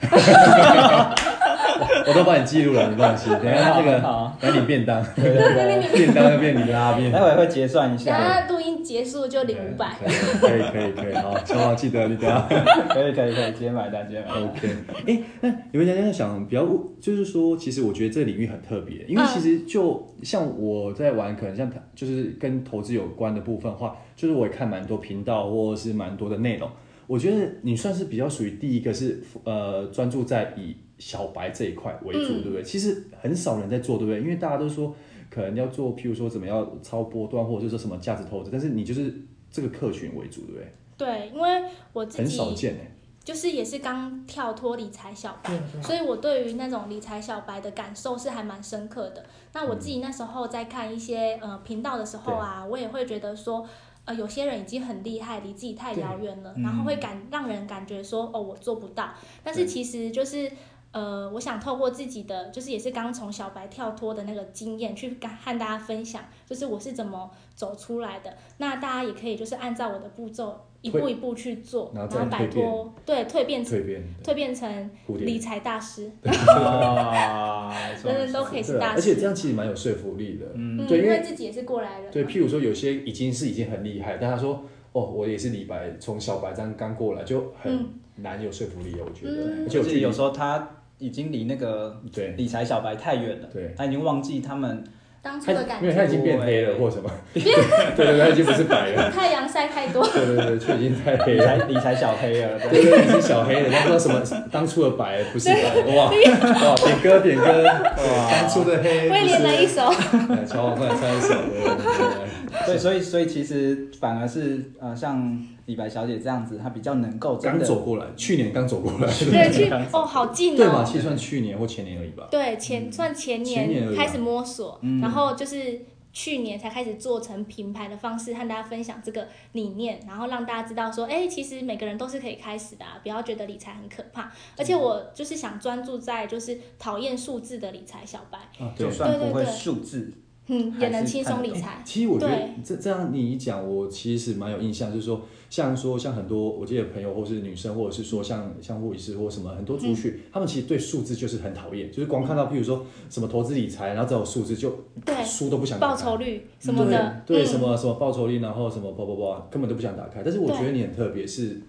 [SPEAKER 2] 我都帮你记录了，你放心。等一下那个
[SPEAKER 1] 好好，
[SPEAKER 2] 来领便 当，
[SPEAKER 1] 对对 对，
[SPEAKER 2] 便当要变你拉面。
[SPEAKER 1] 待会会结算一
[SPEAKER 3] 等
[SPEAKER 1] 下，
[SPEAKER 3] 下录音结束就领五百。
[SPEAKER 2] 可以可以可以，好，小王记得你等一下。
[SPEAKER 1] 可以可以可以，直接买单，直接买单。
[SPEAKER 2] OK，
[SPEAKER 4] 哎，那你们大家想，比较就是说，其实我觉得这个领域很特别，因为
[SPEAKER 3] 嗯
[SPEAKER 4] 其实就
[SPEAKER 2] 像我在玩，可能像他就是跟投资有关的部分的话，就是我也看蛮多频道或者是蛮多的内容。我觉得你算是比较属于第一个是呃专注在以小白这一块为主，
[SPEAKER 3] 嗯
[SPEAKER 2] 对不对？其实很少人在做，对不对？因为大家都说可能要做，譬如说怎么样超波段，或者是说什么价值投资，但是你就是这个客群为主，对不对？
[SPEAKER 3] 对，因为我自
[SPEAKER 2] 很少
[SPEAKER 3] 己
[SPEAKER 2] 见哎、
[SPEAKER 3] 就是也是刚跳脱理财小白，所以我对于那种理财小白的感受是还蛮深刻的。那我自己那时候在看一些呃频道的时候啊，我也会觉得说。呃，有些人已经很厉害，离自己太遥远了，
[SPEAKER 1] 嗯
[SPEAKER 3] 然后会感让人感觉说，哦，我做不到。但是其实就是，呃，我想透过自己的，就是也是刚从小白跳脱的那个经验，去跟和大家分享，就是我是怎么走出来的。那大家也可以就是按照我的步骤，一步一步去做，
[SPEAKER 2] 然
[SPEAKER 3] 然
[SPEAKER 2] 后再
[SPEAKER 3] 摆
[SPEAKER 2] 蜕变
[SPEAKER 3] 脱，对，蜕变成
[SPEAKER 2] 蜕变
[SPEAKER 3] 蜕变成
[SPEAKER 2] 蝴蝶
[SPEAKER 3] 理财大师，
[SPEAKER 1] 啊，
[SPEAKER 3] 人人都可以是
[SPEAKER 2] 对啊
[SPEAKER 3] 大
[SPEAKER 2] 而且这
[SPEAKER 3] 师。
[SPEAKER 2] 样其实蛮有说服力的。
[SPEAKER 3] 嗯，
[SPEAKER 2] 对因为
[SPEAKER 3] 因为自己也是过来人。
[SPEAKER 2] 对，譬如说有些已经是已经很厉害，但他说哦，我也是李白，从小白这样刚过来就很难有说服力，我觉得，
[SPEAKER 3] 嗯
[SPEAKER 2] 而且
[SPEAKER 1] 就
[SPEAKER 2] 我
[SPEAKER 1] 是
[SPEAKER 2] 距
[SPEAKER 1] 有
[SPEAKER 2] 离
[SPEAKER 1] 时候他已经离那个
[SPEAKER 2] 对
[SPEAKER 1] 理财小白太远了，
[SPEAKER 2] 对
[SPEAKER 1] 他已经忘记他们
[SPEAKER 3] 当初的感
[SPEAKER 2] 因为他已
[SPEAKER 3] 觉，
[SPEAKER 2] 经变黑了或什么，对对对，他已经不是白了，
[SPEAKER 3] 太阳晒太多。
[SPEAKER 2] 对对对，就已经太黑
[SPEAKER 1] 理
[SPEAKER 2] 了。
[SPEAKER 1] 财 理财小黑了，对
[SPEAKER 2] 对对，对已经小黑了，他不知道什么当初的白不是白，哇哇，点歌点歌，啊哇，当初的黑，
[SPEAKER 3] 威廉来一首，
[SPEAKER 2] 不是，乔王快唱一首，对对对对
[SPEAKER 1] 对，所以所以其实反而是呃，像李白小姐这样子，她比较能够真
[SPEAKER 2] 刚
[SPEAKER 1] 的
[SPEAKER 2] 走过来，去年刚走过来，
[SPEAKER 3] 对，去哦，好近
[SPEAKER 2] 对吧？
[SPEAKER 3] 哦。
[SPEAKER 2] 其实算去年或前年而已吧，
[SPEAKER 3] 对，前算前
[SPEAKER 2] 前年而
[SPEAKER 3] 年
[SPEAKER 2] 已啊
[SPEAKER 3] 开始摸索，然后就是去年才开始做成品牌的方式，和大家分享这个理念，然后让大家知道说，哎，其实每个人都是可以开始的、啊，不要觉得理财很可怕。
[SPEAKER 2] 嗯
[SPEAKER 3] 而且我就是想专注在就是讨厌数字的理财小白，
[SPEAKER 2] 啊
[SPEAKER 1] 嗯就算不会数字，
[SPEAKER 3] 嗯，也能轻松理财。
[SPEAKER 2] 其实我觉得
[SPEAKER 3] 对
[SPEAKER 2] 这这样你一讲，我其实蛮有印象，就是说，像说像很多我记得朋友或是女生，或者是说像像护理师或什么很多族
[SPEAKER 3] 嗯
[SPEAKER 2] 群，他们其实对数字就是很讨厌，就是光看到譬如说什么投资理财，然后只有数字就
[SPEAKER 3] 对
[SPEAKER 2] 书都不想打
[SPEAKER 3] 报
[SPEAKER 2] 开
[SPEAKER 3] 酬率什么的，
[SPEAKER 2] 对对、
[SPEAKER 3] 嗯
[SPEAKER 2] 什么什么报酬率，然后什么叭叭叭，根本都不想打开。但是我觉得你很特别，是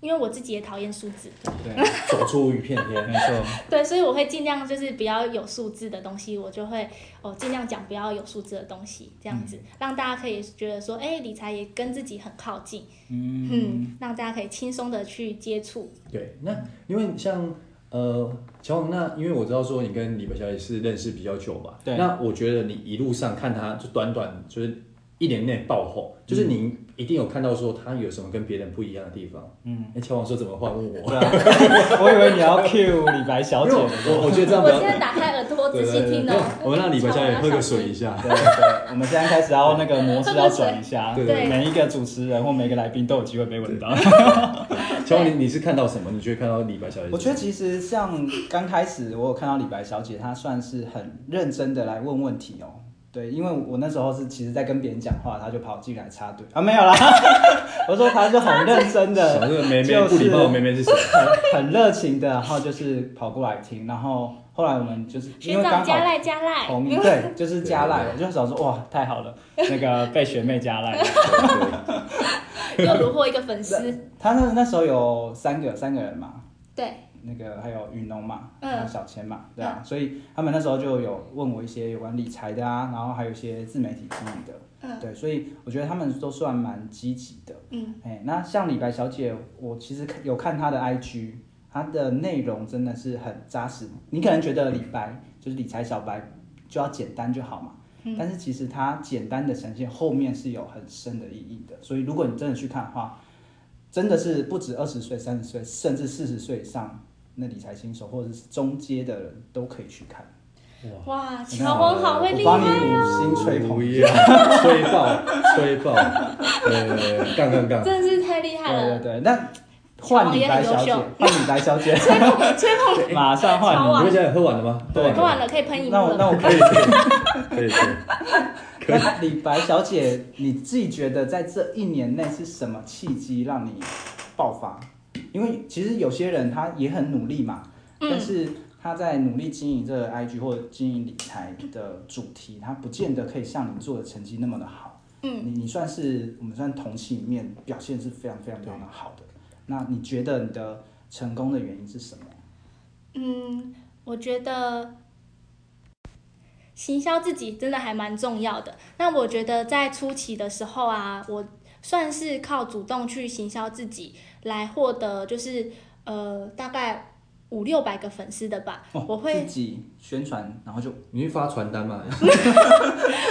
[SPEAKER 3] 因为我自己也讨厌数字，
[SPEAKER 1] 对，
[SPEAKER 2] 走出一片天。
[SPEAKER 1] 没错，
[SPEAKER 3] 对，所以我会尽量就是比较有数字的东西，我就会哦尽量讲不要有数字的东西，这样子、
[SPEAKER 2] 嗯
[SPEAKER 3] 让大家可以觉得说，哎，理财也跟自己很靠近，嗯让大家可以轻松的去接触，
[SPEAKER 2] 对，那因为像呃，乔王，那因为我知道说你跟李白小姐是认识比较久嘛，
[SPEAKER 1] 对
[SPEAKER 2] 那我觉得你一路上看她就短短就是一年内爆红，就是你一定有看到说她有什么跟别人不一样的地方。嗯，哎、乔王说怎么换问我？
[SPEAKER 1] 对啊， 我以为你要 cue 李白小
[SPEAKER 2] 因
[SPEAKER 1] 姐
[SPEAKER 2] 为
[SPEAKER 1] 呢
[SPEAKER 2] 我， 我我觉得这样
[SPEAKER 3] 我
[SPEAKER 2] 比较
[SPEAKER 3] 现。在打开耳朵仔
[SPEAKER 2] 对
[SPEAKER 3] 细
[SPEAKER 2] 对对
[SPEAKER 3] 听
[SPEAKER 2] 对
[SPEAKER 3] 哦，
[SPEAKER 2] 我们让李白小姐喝个水 一下。
[SPEAKER 1] 对对，我们现在开始要那个模式要转一下，
[SPEAKER 2] 对
[SPEAKER 3] 对对
[SPEAKER 1] 每一个主持人或每个来宾都有机会被问到。
[SPEAKER 2] 乔王，你你是看到什么？你觉得看到李白小姐？
[SPEAKER 1] 我觉得其实像刚开始，我有看到李白小姐，她算是很认真的来问问题哦。对，因为我那时候是其实在跟别人讲话，她就跑进来插队啊，没有啦。 我说她就很认真的，
[SPEAKER 2] 小这个妹
[SPEAKER 1] 就
[SPEAKER 2] 妹
[SPEAKER 1] 是
[SPEAKER 2] 不礼貌，妹妹是谁？
[SPEAKER 1] 很很热情的，然后就是跑过来听，然后后来我们就是因
[SPEAKER 3] 学
[SPEAKER 1] 为
[SPEAKER 3] 长
[SPEAKER 1] 刚好
[SPEAKER 3] 加赖加赖，
[SPEAKER 2] 哦
[SPEAKER 1] 同对，就是加赖，我就想说哇，太好了，那个被学妹加赖。
[SPEAKER 3] 又虏获一个粉 丝，
[SPEAKER 1] 他那那时候有三个三个人嘛，
[SPEAKER 3] 对，
[SPEAKER 1] 那个还有雨农嘛，
[SPEAKER 3] 嗯
[SPEAKER 1] 还有小千嘛，对啊，所以他们那时候就有问我一些有关理财的啊，然后还有一些自媒体经营的，
[SPEAKER 3] 嗯
[SPEAKER 1] 对，所以我觉得他们都算蛮积极的，
[SPEAKER 3] 嗯，
[SPEAKER 1] 哎、那像李白小姐，我其实看有看她的 IG，她的内容真的是很扎实，你可能觉得李白就是理财小白就要简单就好嘛。
[SPEAKER 3] 嗯
[SPEAKER 1] 但是其实它简单的呈现后面是有很深的意义的，所以如果你真的去看的话，真的是不止二十岁、三十岁，甚至四十岁以上，那理财新手或者是中阶的人都可以去看。
[SPEAKER 3] 哇，乔王好会
[SPEAKER 1] 我
[SPEAKER 3] 厉
[SPEAKER 1] 帮你
[SPEAKER 3] 害，哦
[SPEAKER 1] 五星吹捧
[SPEAKER 2] 不一样，吹 爆，吹爆，呃，杠杠杠。
[SPEAKER 3] 真的是太厉害
[SPEAKER 1] 对对
[SPEAKER 3] 了，
[SPEAKER 1] 对，那
[SPEAKER 3] 乔
[SPEAKER 1] 换
[SPEAKER 3] 王
[SPEAKER 1] 李
[SPEAKER 3] 哦也
[SPEAKER 1] 白
[SPEAKER 3] 很
[SPEAKER 1] 小
[SPEAKER 3] 优
[SPEAKER 1] 姐
[SPEAKER 3] 秀，，
[SPEAKER 1] 换李白小姐，
[SPEAKER 3] 吹捧吹捧
[SPEAKER 1] 马上换
[SPEAKER 3] 乔
[SPEAKER 1] 你。
[SPEAKER 3] 王
[SPEAKER 2] 你们现在喝完了吗？
[SPEAKER 4] 对
[SPEAKER 2] 喝
[SPEAKER 3] 喝
[SPEAKER 2] 完
[SPEAKER 3] 完
[SPEAKER 2] 了，
[SPEAKER 3] 了可以喷一幕
[SPEAKER 1] 那我那
[SPEAKER 3] 了。
[SPEAKER 1] 我
[SPEAKER 2] 可以，可以，可以，可以。
[SPEAKER 1] 那李白小姐，你自己觉得在这一年内是什么契机让你爆发？因为其实有些人他也很努力嘛，但
[SPEAKER 3] 嗯，
[SPEAKER 1] 是他在努力经营这个 IG 或者经营理财的主题，他不见得可以像你做的成绩那么的好。
[SPEAKER 3] 嗯，
[SPEAKER 1] 你你算是我们算同期里面表现是非常非常非常的好的。那你觉得你的成功的原因是什么？
[SPEAKER 3] 嗯，我觉得行销自己真的还蛮重要的。那我觉得在初期的时候啊，我算是靠主动去行销自己来获得，就是呃大概五六百个粉丝的吧。
[SPEAKER 4] 哦
[SPEAKER 3] 我会
[SPEAKER 1] 哦自己宣传，然后就
[SPEAKER 4] 你会发传单吗？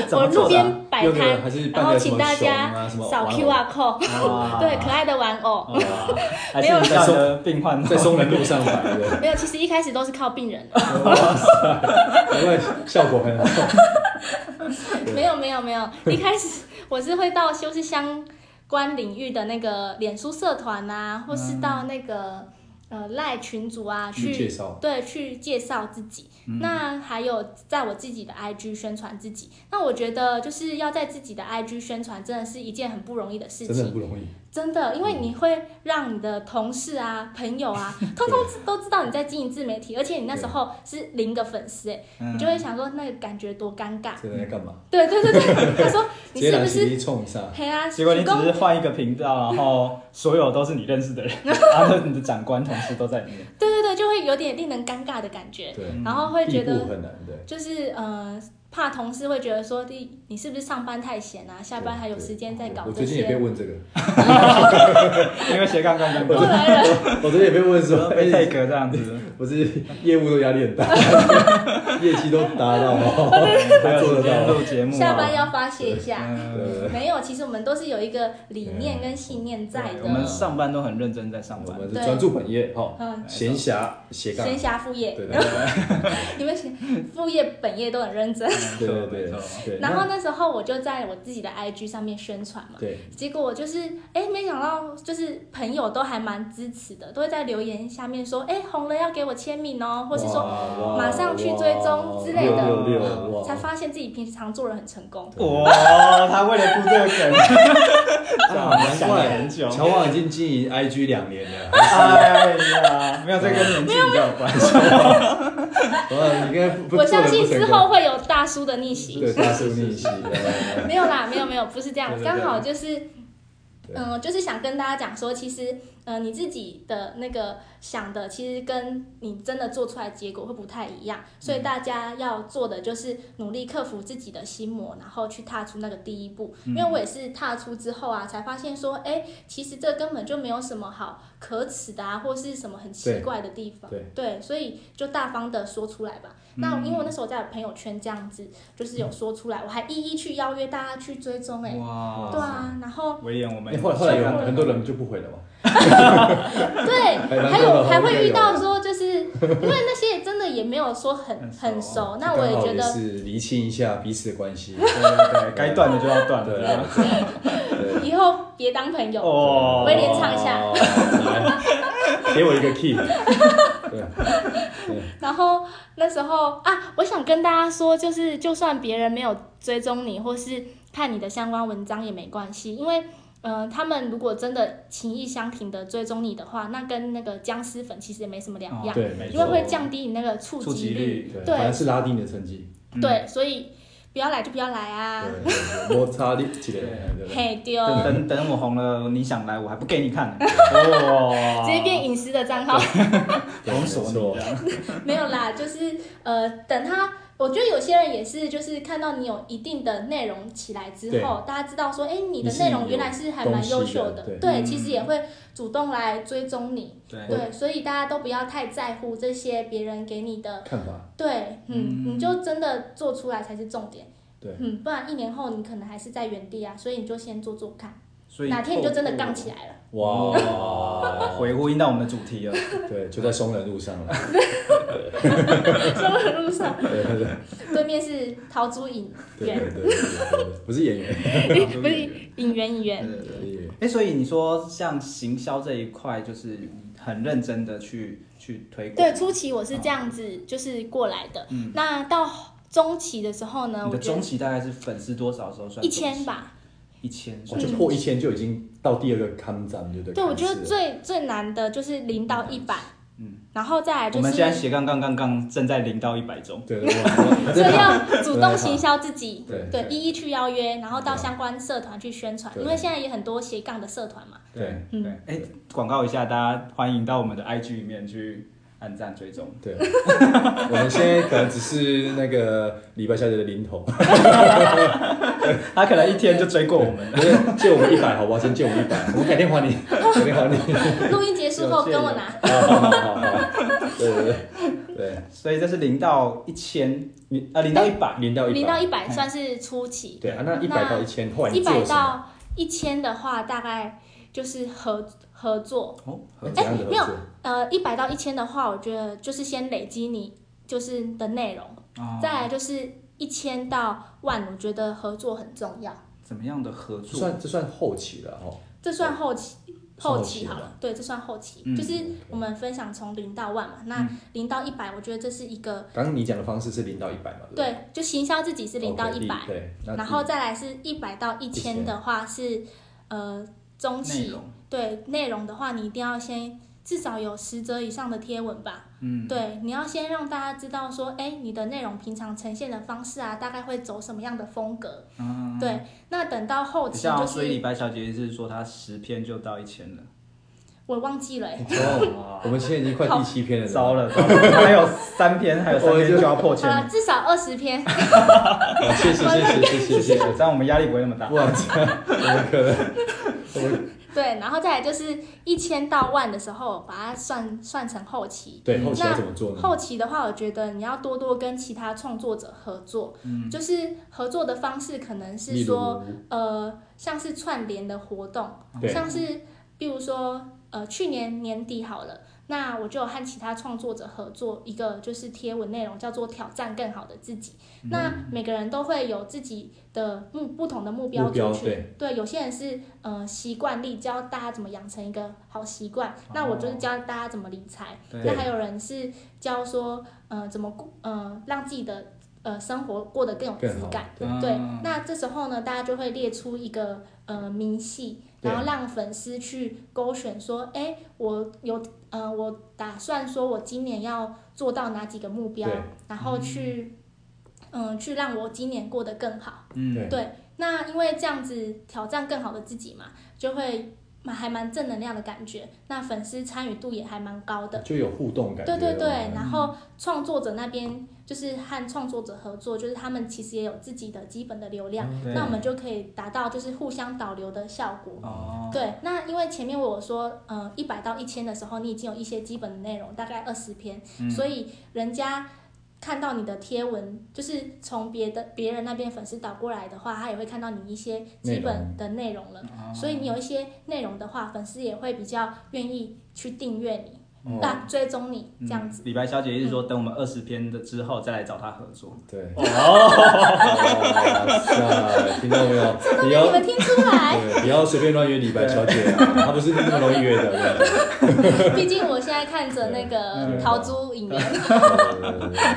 [SPEAKER 1] 怎
[SPEAKER 3] 我
[SPEAKER 1] 么
[SPEAKER 3] 路
[SPEAKER 1] 做的啊、
[SPEAKER 3] 边摆
[SPEAKER 4] 用个
[SPEAKER 3] 摊，
[SPEAKER 4] 还是
[SPEAKER 3] 然
[SPEAKER 4] 办
[SPEAKER 3] 后
[SPEAKER 4] 个什
[SPEAKER 3] 请
[SPEAKER 4] 么
[SPEAKER 3] 大
[SPEAKER 4] 熊
[SPEAKER 3] 家
[SPEAKER 4] 啊什么
[SPEAKER 3] 扫
[SPEAKER 4] 玩偶啊
[SPEAKER 3] QR code，
[SPEAKER 1] 啊
[SPEAKER 3] 对，可爱的玩偶。
[SPEAKER 1] 哦还是
[SPEAKER 3] 没有
[SPEAKER 1] 你在的病患哦
[SPEAKER 4] 在松仁路上摆的，
[SPEAKER 3] 没有，其实一开始都是靠病人，
[SPEAKER 2] 因为效果很好。
[SPEAKER 3] 没有没有 没有，一开始我是会到修饰相关领域的那个脸书社团
[SPEAKER 2] 嗯
[SPEAKER 3] 啊，或是到那个、呃赖群组啊
[SPEAKER 4] 去介
[SPEAKER 3] 去。
[SPEAKER 4] 绍。
[SPEAKER 3] 对，去介绍自己。
[SPEAKER 2] 嗯
[SPEAKER 3] 那还有在我自己的 IG 宣传自己。那我觉得就是要在自己的 IG 宣传，真的是一件很不容易的事
[SPEAKER 2] 真的很
[SPEAKER 3] 情。
[SPEAKER 2] 不容易。
[SPEAKER 3] 真的，因为你会让你的同事
[SPEAKER 2] 嗯
[SPEAKER 3] 啊、朋 友啊，通通都知道你在经营自媒体，而且你那时候是零个粉丝、哎，
[SPEAKER 1] 嗯
[SPEAKER 3] 你就会想说那个感觉多尴尬。
[SPEAKER 4] 这个在干嘛？
[SPEAKER 3] 对对对对，他说你
[SPEAKER 4] 直接
[SPEAKER 3] 是
[SPEAKER 4] 拿
[SPEAKER 3] 不
[SPEAKER 4] 洗衣
[SPEAKER 3] 是？
[SPEAKER 4] 机冲一下，
[SPEAKER 3] 嘿啊，
[SPEAKER 1] 结果你
[SPEAKER 3] 主
[SPEAKER 1] 只
[SPEAKER 3] 攻
[SPEAKER 1] 是换一个频道，然后所有都是你认识的人，然后你的长官同事都在里面。
[SPEAKER 3] 对对对，就会有点令人尴尬的感觉，
[SPEAKER 2] 对，
[SPEAKER 1] 嗯
[SPEAKER 3] 然后会觉
[SPEAKER 2] 第一步
[SPEAKER 3] 得
[SPEAKER 2] 很难的。
[SPEAKER 3] 就是呃，怕同事会觉得说你你是不是上班太闲啊，下班还有时间在搞
[SPEAKER 2] 我
[SPEAKER 3] 这
[SPEAKER 2] 最近也被
[SPEAKER 3] 些
[SPEAKER 2] 问这个，
[SPEAKER 1] 因为斜杠杠杠
[SPEAKER 3] 过
[SPEAKER 1] 杠，
[SPEAKER 3] 来人，
[SPEAKER 2] 我最近也被问说，
[SPEAKER 1] 被
[SPEAKER 2] 哎，
[SPEAKER 1] take 这样子，
[SPEAKER 2] 我是业务都压力很 大，业绩都达到哦，
[SPEAKER 1] 还
[SPEAKER 2] 还
[SPEAKER 1] 有
[SPEAKER 2] 做
[SPEAKER 1] 时
[SPEAKER 2] 得
[SPEAKER 1] 间
[SPEAKER 2] 到。
[SPEAKER 1] 录节目啊，
[SPEAKER 3] 下班要发泄一下。
[SPEAKER 1] 嗯
[SPEAKER 2] 对，
[SPEAKER 3] 没有，其实我们都是有一个理念跟信念在
[SPEAKER 1] 我们
[SPEAKER 3] 的，
[SPEAKER 1] 上班都很认真在上
[SPEAKER 2] 我
[SPEAKER 1] 班，
[SPEAKER 2] 们是专注本业，哈，
[SPEAKER 3] 嗯，
[SPEAKER 2] 闲暇斜杠。
[SPEAKER 3] 闲暇副业，
[SPEAKER 2] 对对 对
[SPEAKER 3] 你们闲副业本业都很认真。
[SPEAKER 2] 对对
[SPEAKER 1] 没
[SPEAKER 2] 对
[SPEAKER 1] 错
[SPEAKER 2] 对。
[SPEAKER 3] 然
[SPEAKER 2] 那
[SPEAKER 3] 后那时候我就在我自己的 IG 上面宣传嘛，
[SPEAKER 2] 对，
[SPEAKER 3] 结果我就是哎，诶没想到就是朋友都还蛮支持的，都会在留言下面说，哎，红了要给我签名哦，或是说
[SPEAKER 2] 说
[SPEAKER 3] 马上去追踪之类的
[SPEAKER 2] 六六六，哇
[SPEAKER 3] 才发现自己平常做人很成功。
[SPEAKER 1] 哇，他为了铺这个梗，
[SPEAKER 4] 啊难
[SPEAKER 1] 想了很
[SPEAKER 4] 怪
[SPEAKER 1] 久。
[SPEAKER 4] 乔王已经经营 IG 两年了。
[SPEAKER 1] 哎呀，没有这跟年纪比 较有关系。
[SPEAKER 2] 哇，你应该不不做
[SPEAKER 3] 我相
[SPEAKER 2] 人
[SPEAKER 3] 信
[SPEAKER 2] 不
[SPEAKER 3] 之
[SPEAKER 2] 成
[SPEAKER 3] 后
[SPEAKER 2] 功。
[SPEAKER 3] 会有大叔的逆袭。
[SPEAKER 2] 对，大叔逆袭。呃
[SPEAKER 3] 没有啦，没有没有，不是这样
[SPEAKER 2] 对，对
[SPEAKER 3] 刚
[SPEAKER 2] 对
[SPEAKER 3] 好就是，
[SPEAKER 2] 对
[SPEAKER 3] 嗯、就是想跟大家讲说，其实，呃，你自己的那个想的，其实跟你真的做出来结果会不太一样，所以大家要做的就是努力克服自己的心魔，然后去踏出那个第一步。因为我也是踏出之后啊，才发现说，哎，其实这根本就没有什么好可耻的啊，或是什么很奇
[SPEAKER 2] 对
[SPEAKER 3] 怪的地方。
[SPEAKER 2] 对
[SPEAKER 3] 所以就大方的说出来吧。那因为我那时候在朋友圈这样子，就是有说出来，我还一一去邀约大家去追踪哎、
[SPEAKER 1] 哇
[SPEAKER 3] 对，啊，然后
[SPEAKER 1] 威廉，我们
[SPEAKER 2] 哎后来后来有很多人就不回了嘛。
[SPEAKER 3] 对，
[SPEAKER 2] 蛮
[SPEAKER 3] 还
[SPEAKER 2] 多
[SPEAKER 3] 有
[SPEAKER 2] 的
[SPEAKER 3] 还
[SPEAKER 2] 应该
[SPEAKER 3] 会
[SPEAKER 2] 有
[SPEAKER 3] 遇到说，就是因为那些真的也没有说很
[SPEAKER 1] 很
[SPEAKER 3] 很
[SPEAKER 1] 熟啊
[SPEAKER 3] 熟，那我也
[SPEAKER 2] 刚好
[SPEAKER 3] 觉得
[SPEAKER 2] 是厘清一下彼此的关 系。
[SPEAKER 1] 对对，该断的就要断
[SPEAKER 2] 对
[SPEAKER 1] 了。
[SPEAKER 2] 对，
[SPEAKER 3] 以后别当朋友。
[SPEAKER 1] 哦，
[SPEAKER 3] 威廉唱一下
[SPEAKER 2] 哦来，给我一个 key。对，
[SPEAKER 3] 然后那时候啊，我想跟大家说，就是就算别人没有追踪你，或是看你的相关文章也没关系，因为。呃，他们如果真的情意相挺的追踪你的话，那跟那个僵尸粉其实也没什么两
[SPEAKER 2] 哦
[SPEAKER 3] 样，
[SPEAKER 2] 对没
[SPEAKER 3] 因为
[SPEAKER 2] 错
[SPEAKER 3] 会降低你那个触
[SPEAKER 1] 触及
[SPEAKER 3] 及
[SPEAKER 1] 率
[SPEAKER 3] 率。
[SPEAKER 2] 对，
[SPEAKER 3] 对
[SPEAKER 2] 反正是拉低你的成绩。
[SPEAKER 1] 嗯
[SPEAKER 3] 对，所以不要来就不要来啊。
[SPEAKER 2] 对对，对摩擦力起来，对不对？
[SPEAKER 3] 嘿丢，
[SPEAKER 1] 等等等，我红了，你想来我还不给你看呢。哇，
[SPEAKER 3] 直接变隐私的账号
[SPEAKER 1] 封锁你这样。
[SPEAKER 3] 没有啦，就是呃，等他，我觉得有些人也是，就是看到你有一定的内容起来之后，大家知道说，哎，你的内容原来是还蛮优秀
[SPEAKER 2] 你是有东西
[SPEAKER 3] 的，
[SPEAKER 2] 的对
[SPEAKER 3] 对，
[SPEAKER 1] 嗯
[SPEAKER 3] 其实也会主动来追踪你，
[SPEAKER 1] 对
[SPEAKER 3] 对，所以大家都不要太在乎这些别人给你的，
[SPEAKER 2] 看法，
[SPEAKER 3] 对，嗯，你就真的做出来才是重点，
[SPEAKER 2] 对
[SPEAKER 3] 嗯，不然一年后你可能还是在原地啊，所以你就先做做看，
[SPEAKER 1] 所以
[SPEAKER 3] 哪天你就真的杠起来了。
[SPEAKER 2] 哇，
[SPEAKER 1] 呃回呼应到我们的主题了。
[SPEAKER 2] 对，就在松仁路上了。
[SPEAKER 3] 中文路上
[SPEAKER 2] 对对对
[SPEAKER 3] 对面是桃竹影
[SPEAKER 2] 对
[SPEAKER 3] 园，
[SPEAKER 2] 对对对，对不是演员，
[SPEAKER 3] 不是影园影园。
[SPEAKER 2] 不是演员
[SPEAKER 1] 哎，所以你说像行销这一块，就是很认真的去去推广。
[SPEAKER 3] 对，初期我是这样子，就是过来的。那到中期的时候呢，
[SPEAKER 1] 你
[SPEAKER 3] 啊我
[SPEAKER 1] 的
[SPEAKER 3] 觉
[SPEAKER 1] 中
[SPEAKER 3] 得
[SPEAKER 1] 期大概是粉丝多少的时候算？
[SPEAKER 3] 一千，吧。
[SPEAKER 1] 一千
[SPEAKER 2] 哦我就破一千就已经到第二个康展，对不对？
[SPEAKER 3] 对，我觉得
[SPEAKER 2] 看似了
[SPEAKER 3] 最最难的就是零到一百，嗯，然后再来
[SPEAKER 1] 我
[SPEAKER 3] 就
[SPEAKER 1] 们现在
[SPEAKER 3] 是
[SPEAKER 1] 斜杠杠杠杠正在零到一百中，
[SPEAKER 2] 对对对
[SPEAKER 3] 这
[SPEAKER 2] 对，
[SPEAKER 3] 要主动行销自己，
[SPEAKER 1] 啊
[SPEAKER 2] 对
[SPEAKER 3] 对，
[SPEAKER 2] 对
[SPEAKER 3] 一一去邀约，然后到相关社团去宣传，
[SPEAKER 2] 对
[SPEAKER 3] 因为现在也很多斜杠的社团嘛。
[SPEAKER 2] 对
[SPEAKER 3] 嗯
[SPEAKER 1] 对，哎，广告一下，大家欢迎到我们的 IG 里面去按赞追踪。
[SPEAKER 2] 对， 我们现在可能只是那个礼拜小姐的零头，
[SPEAKER 1] 他可能一天就追过我们了。
[SPEAKER 2] 不是借我们一百，好吧，先借我们一百，我改天还你，改天还你。
[SPEAKER 3] 录音结束后跟我拿，
[SPEAKER 2] 哦好好好好，对对对对，
[SPEAKER 1] 所以这是零到一千，零啊零到一百，
[SPEAKER 2] 零到一
[SPEAKER 3] 零到
[SPEAKER 2] 百，
[SPEAKER 3] 一百算是初期，
[SPEAKER 2] 对啊，那一百到一千，后来
[SPEAKER 3] 一
[SPEAKER 2] 你做
[SPEAKER 3] 百
[SPEAKER 2] 了什么？
[SPEAKER 3] 到哎一千的话，大概就是合合作。
[SPEAKER 2] 哦怎样的合
[SPEAKER 3] 没有
[SPEAKER 2] 作？
[SPEAKER 3] 呃，一百到一千的话，我觉得就是先累积你就是的内容，
[SPEAKER 1] 啊，
[SPEAKER 3] 再来就是一千到万，我觉得合作很重要。
[SPEAKER 1] 怎么样的合
[SPEAKER 2] 这
[SPEAKER 1] 作？
[SPEAKER 2] 算这算后期了哦，
[SPEAKER 3] 这算后期，
[SPEAKER 2] 算后
[SPEAKER 3] 后
[SPEAKER 2] 期
[SPEAKER 3] 期好
[SPEAKER 2] 了
[SPEAKER 3] 了，对，这算后期，
[SPEAKER 1] 嗯
[SPEAKER 3] 就是我们分享从零到万嘛。那零到一百，我觉得这是一个
[SPEAKER 2] 刚刚你讲的方式是零到一百嘛？不
[SPEAKER 3] 对，就行销自己是零到
[SPEAKER 2] OK，
[SPEAKER 3] 一百，
[SPEAKER 2] 对，那
[SPEAKER 3] 然后再来是一百到一千的话是呃中
[SPEAKER 1] 内
[SPEAKER 3] 期，
[SPEAKER 1] 容
[SPEAKER 3] 对内容的话，你一定要先至少有十则以上的贴文吧。嗯，对，你要先让大家知道说，哎，你的内容平常呈现的方式啊，大概会走什么样的风格。嗯，对。那等到后期
[SPEAKER 1] 像
[SPEAKER 3] 就
[SPEAKER 1] 哦啊所以李
[SPEAKER 3] 是
[SPEAKER 1] 白小姐是说她十篇就到一千了，
[SPEAKER 3] 我忘记了、欸，
[SPEAKER 2] 哦，我们现在已经快第七篇了，
[SPEAKER 1] 糟了，糟了还有三篇，还有三篇就要破
[SPEAKER 3] 好
[SPEAKER 1] 千
[SPEAKER 3] 了，
[SPEAKER 1] 了。
[SPEAKER 3] 至少二十篇。
[SPEAKER 2] 啊谢谢谢谢谢谢谢谢，
[SPEAKER 1] 这样我们压力不会那么大。
[SPEAKER 2] 哇，这样怎么可能？
[SPEAKER 3] 对，然后再来就是一千到万的时候，把它算算成后期。
[SPEAKER 2] 对，后期要怎么做呢？
[SPEAKER 3] 后期的话，我觉得你要多多跟其他创作者合作，就是合作的方式可能是
[SPEAKER 2] 例如
[SPEAKER 3] 说，呃，像是串联的活动，
[SPEAKER 2] 对
[SPEAKER 3] 像是比如说，呃，去年年底好了，那我就有和其他创作者合作一个就是贴文内容，叫做挑战更好的自己。
[SPEAKER 2] 嗯
[SPEAKER 3] 那每个人都会有自己的目不同的目标
[SPEAKER 2] 目标
[SPEAKER 3] 族群，
[SPEAKER 2] 对
[SPEAKER 3] 对，有些人是呃习惯力，教大家怎么养成一个好习惯。那我就是教大家怎么理财。
[SPEAKER 2] 哦
[SPEAKER 1] 对
[SPEAKER 3] 那还有人是教说，呃，怎么过呃让自己的呃生活过得更有
[SPEAKER 2] 更
[SPEAKER 3] 质
[SPEAKER 2] 好
[SPEAKER 3] 感。
[SPEAKER 2] 对
[SPEAKER 1] 嗯
[SPEAKER 3] 对，那这时候呢，大家就会列出一个呃明细，
[SPEAKER 2] 对
[SPEAKER 3] 然后让粉丝去勾选说，哎，我有呃，我打算说我今年要做到哪几个目标
[SPEAKER 2] 对，
[SPEAKER 3] 然后去嗯、呃去让我今年过得更好。
[SPEAKER 2] 对
[SPEAKER 3] 嗯对，那因为这样子挑战更好的自己嘛，就会蛮还蛮正能量的感觉，那粉丝参与度也还蛮高的。
[SPEAKER 2] 就有互动感觉嗯
[SPEAKER 3] 对
[SPEAKER 2] 了，
[SPEAKER 3] 对对，然后创作者那边就是和创作者合作，就是他们其实也有自己的基本的流量，
[SPEAKER 1] 对
[SPEAKER 3] 那我们就可以达到就是互相导流的效果。
[SPEAKER 1] 哦，
[SPEAKER 3] 对，那因为前面我有说，呃，一百到一千的时候，你已经有一些基本的内容，大概二十篇，
[SPEAKER 1] 嗯
[SPEAKER 3] 所以人家看到你的贴文，就是从别的别人那边粉丝导过来的话，他也会看到你一些基本的内容
[SPEAKER 1] 嗯
[SPEAKER 3] 了。
[SPEAKER 1] 哦
[SPEAKER 3] 所以你有一些内容的话，粉丝也会比较愿意去订阅你，
[SPEAKER 2] 哦
[SPEAKER 3] 啊，追踪你这样子。
[SPEAKER 1] 嗯
[SPEAKER 3] 嗯
[SPEAKER 1] 李白小姐一直说，等我们二十篇的之后再来找她合作。
[SPEAKER 2] 对。哇塞，听到没有？
[SPEAKER 3] 都
[SPEAKER 1] 嗯
[SPEAKER 2] 不
[SPEAKER 3] 被你
[SPEAKER 2] 要
[SPEAKER 3] 们听出 来，
[SPEAKER 2] 对，不要随便乱约李白小姐啊，她不是那么容易约的。对
[SPEAKER 3] 毕竟我现在看着那
[SPEAKER 1] 嗯
[SPEAKER 3] 个
[SPEAKER 2] 对
[SPEAKER 3] 桃珠 影院，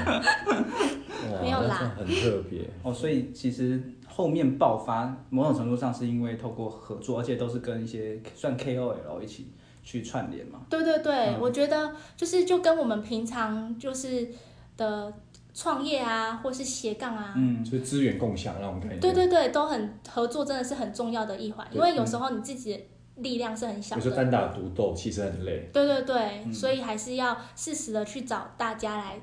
[SPEAKER 2] 哇
[SPEAKER 3] 没有啦
[SPEAKER 2] 那算很特别。
[SPEAKER 1] 哦，所以其实后面爆发，某种程度上是因为透过合作，而且都是跟一些算 KOL 一起去串联嘛。
[SPEAKER 3] 对对对，
[SPEAKER 2] 嗯
[SPEAKER 3] 我觉得就是就跟我们平常就是的创业啊，或是斜杠啊，
[SPEAKER 1] 嗯，
[SPEAKER 2] 就是资源共享那种感觉。
[SPEAKER 3] 对对对，都很合作，真的是很重要的一环，
[SPEAKER 2] 对嗯
[SPEAKER 3] 因为有时候你自己的力量是很小
[SPEAKER 2] 有时候嗯
[SPEAKER 3] 的。
[SPEAKER 2] 单打独斗，其实很累。
[SPEAKER 3] 对对对，所以还是要适时的去找大家来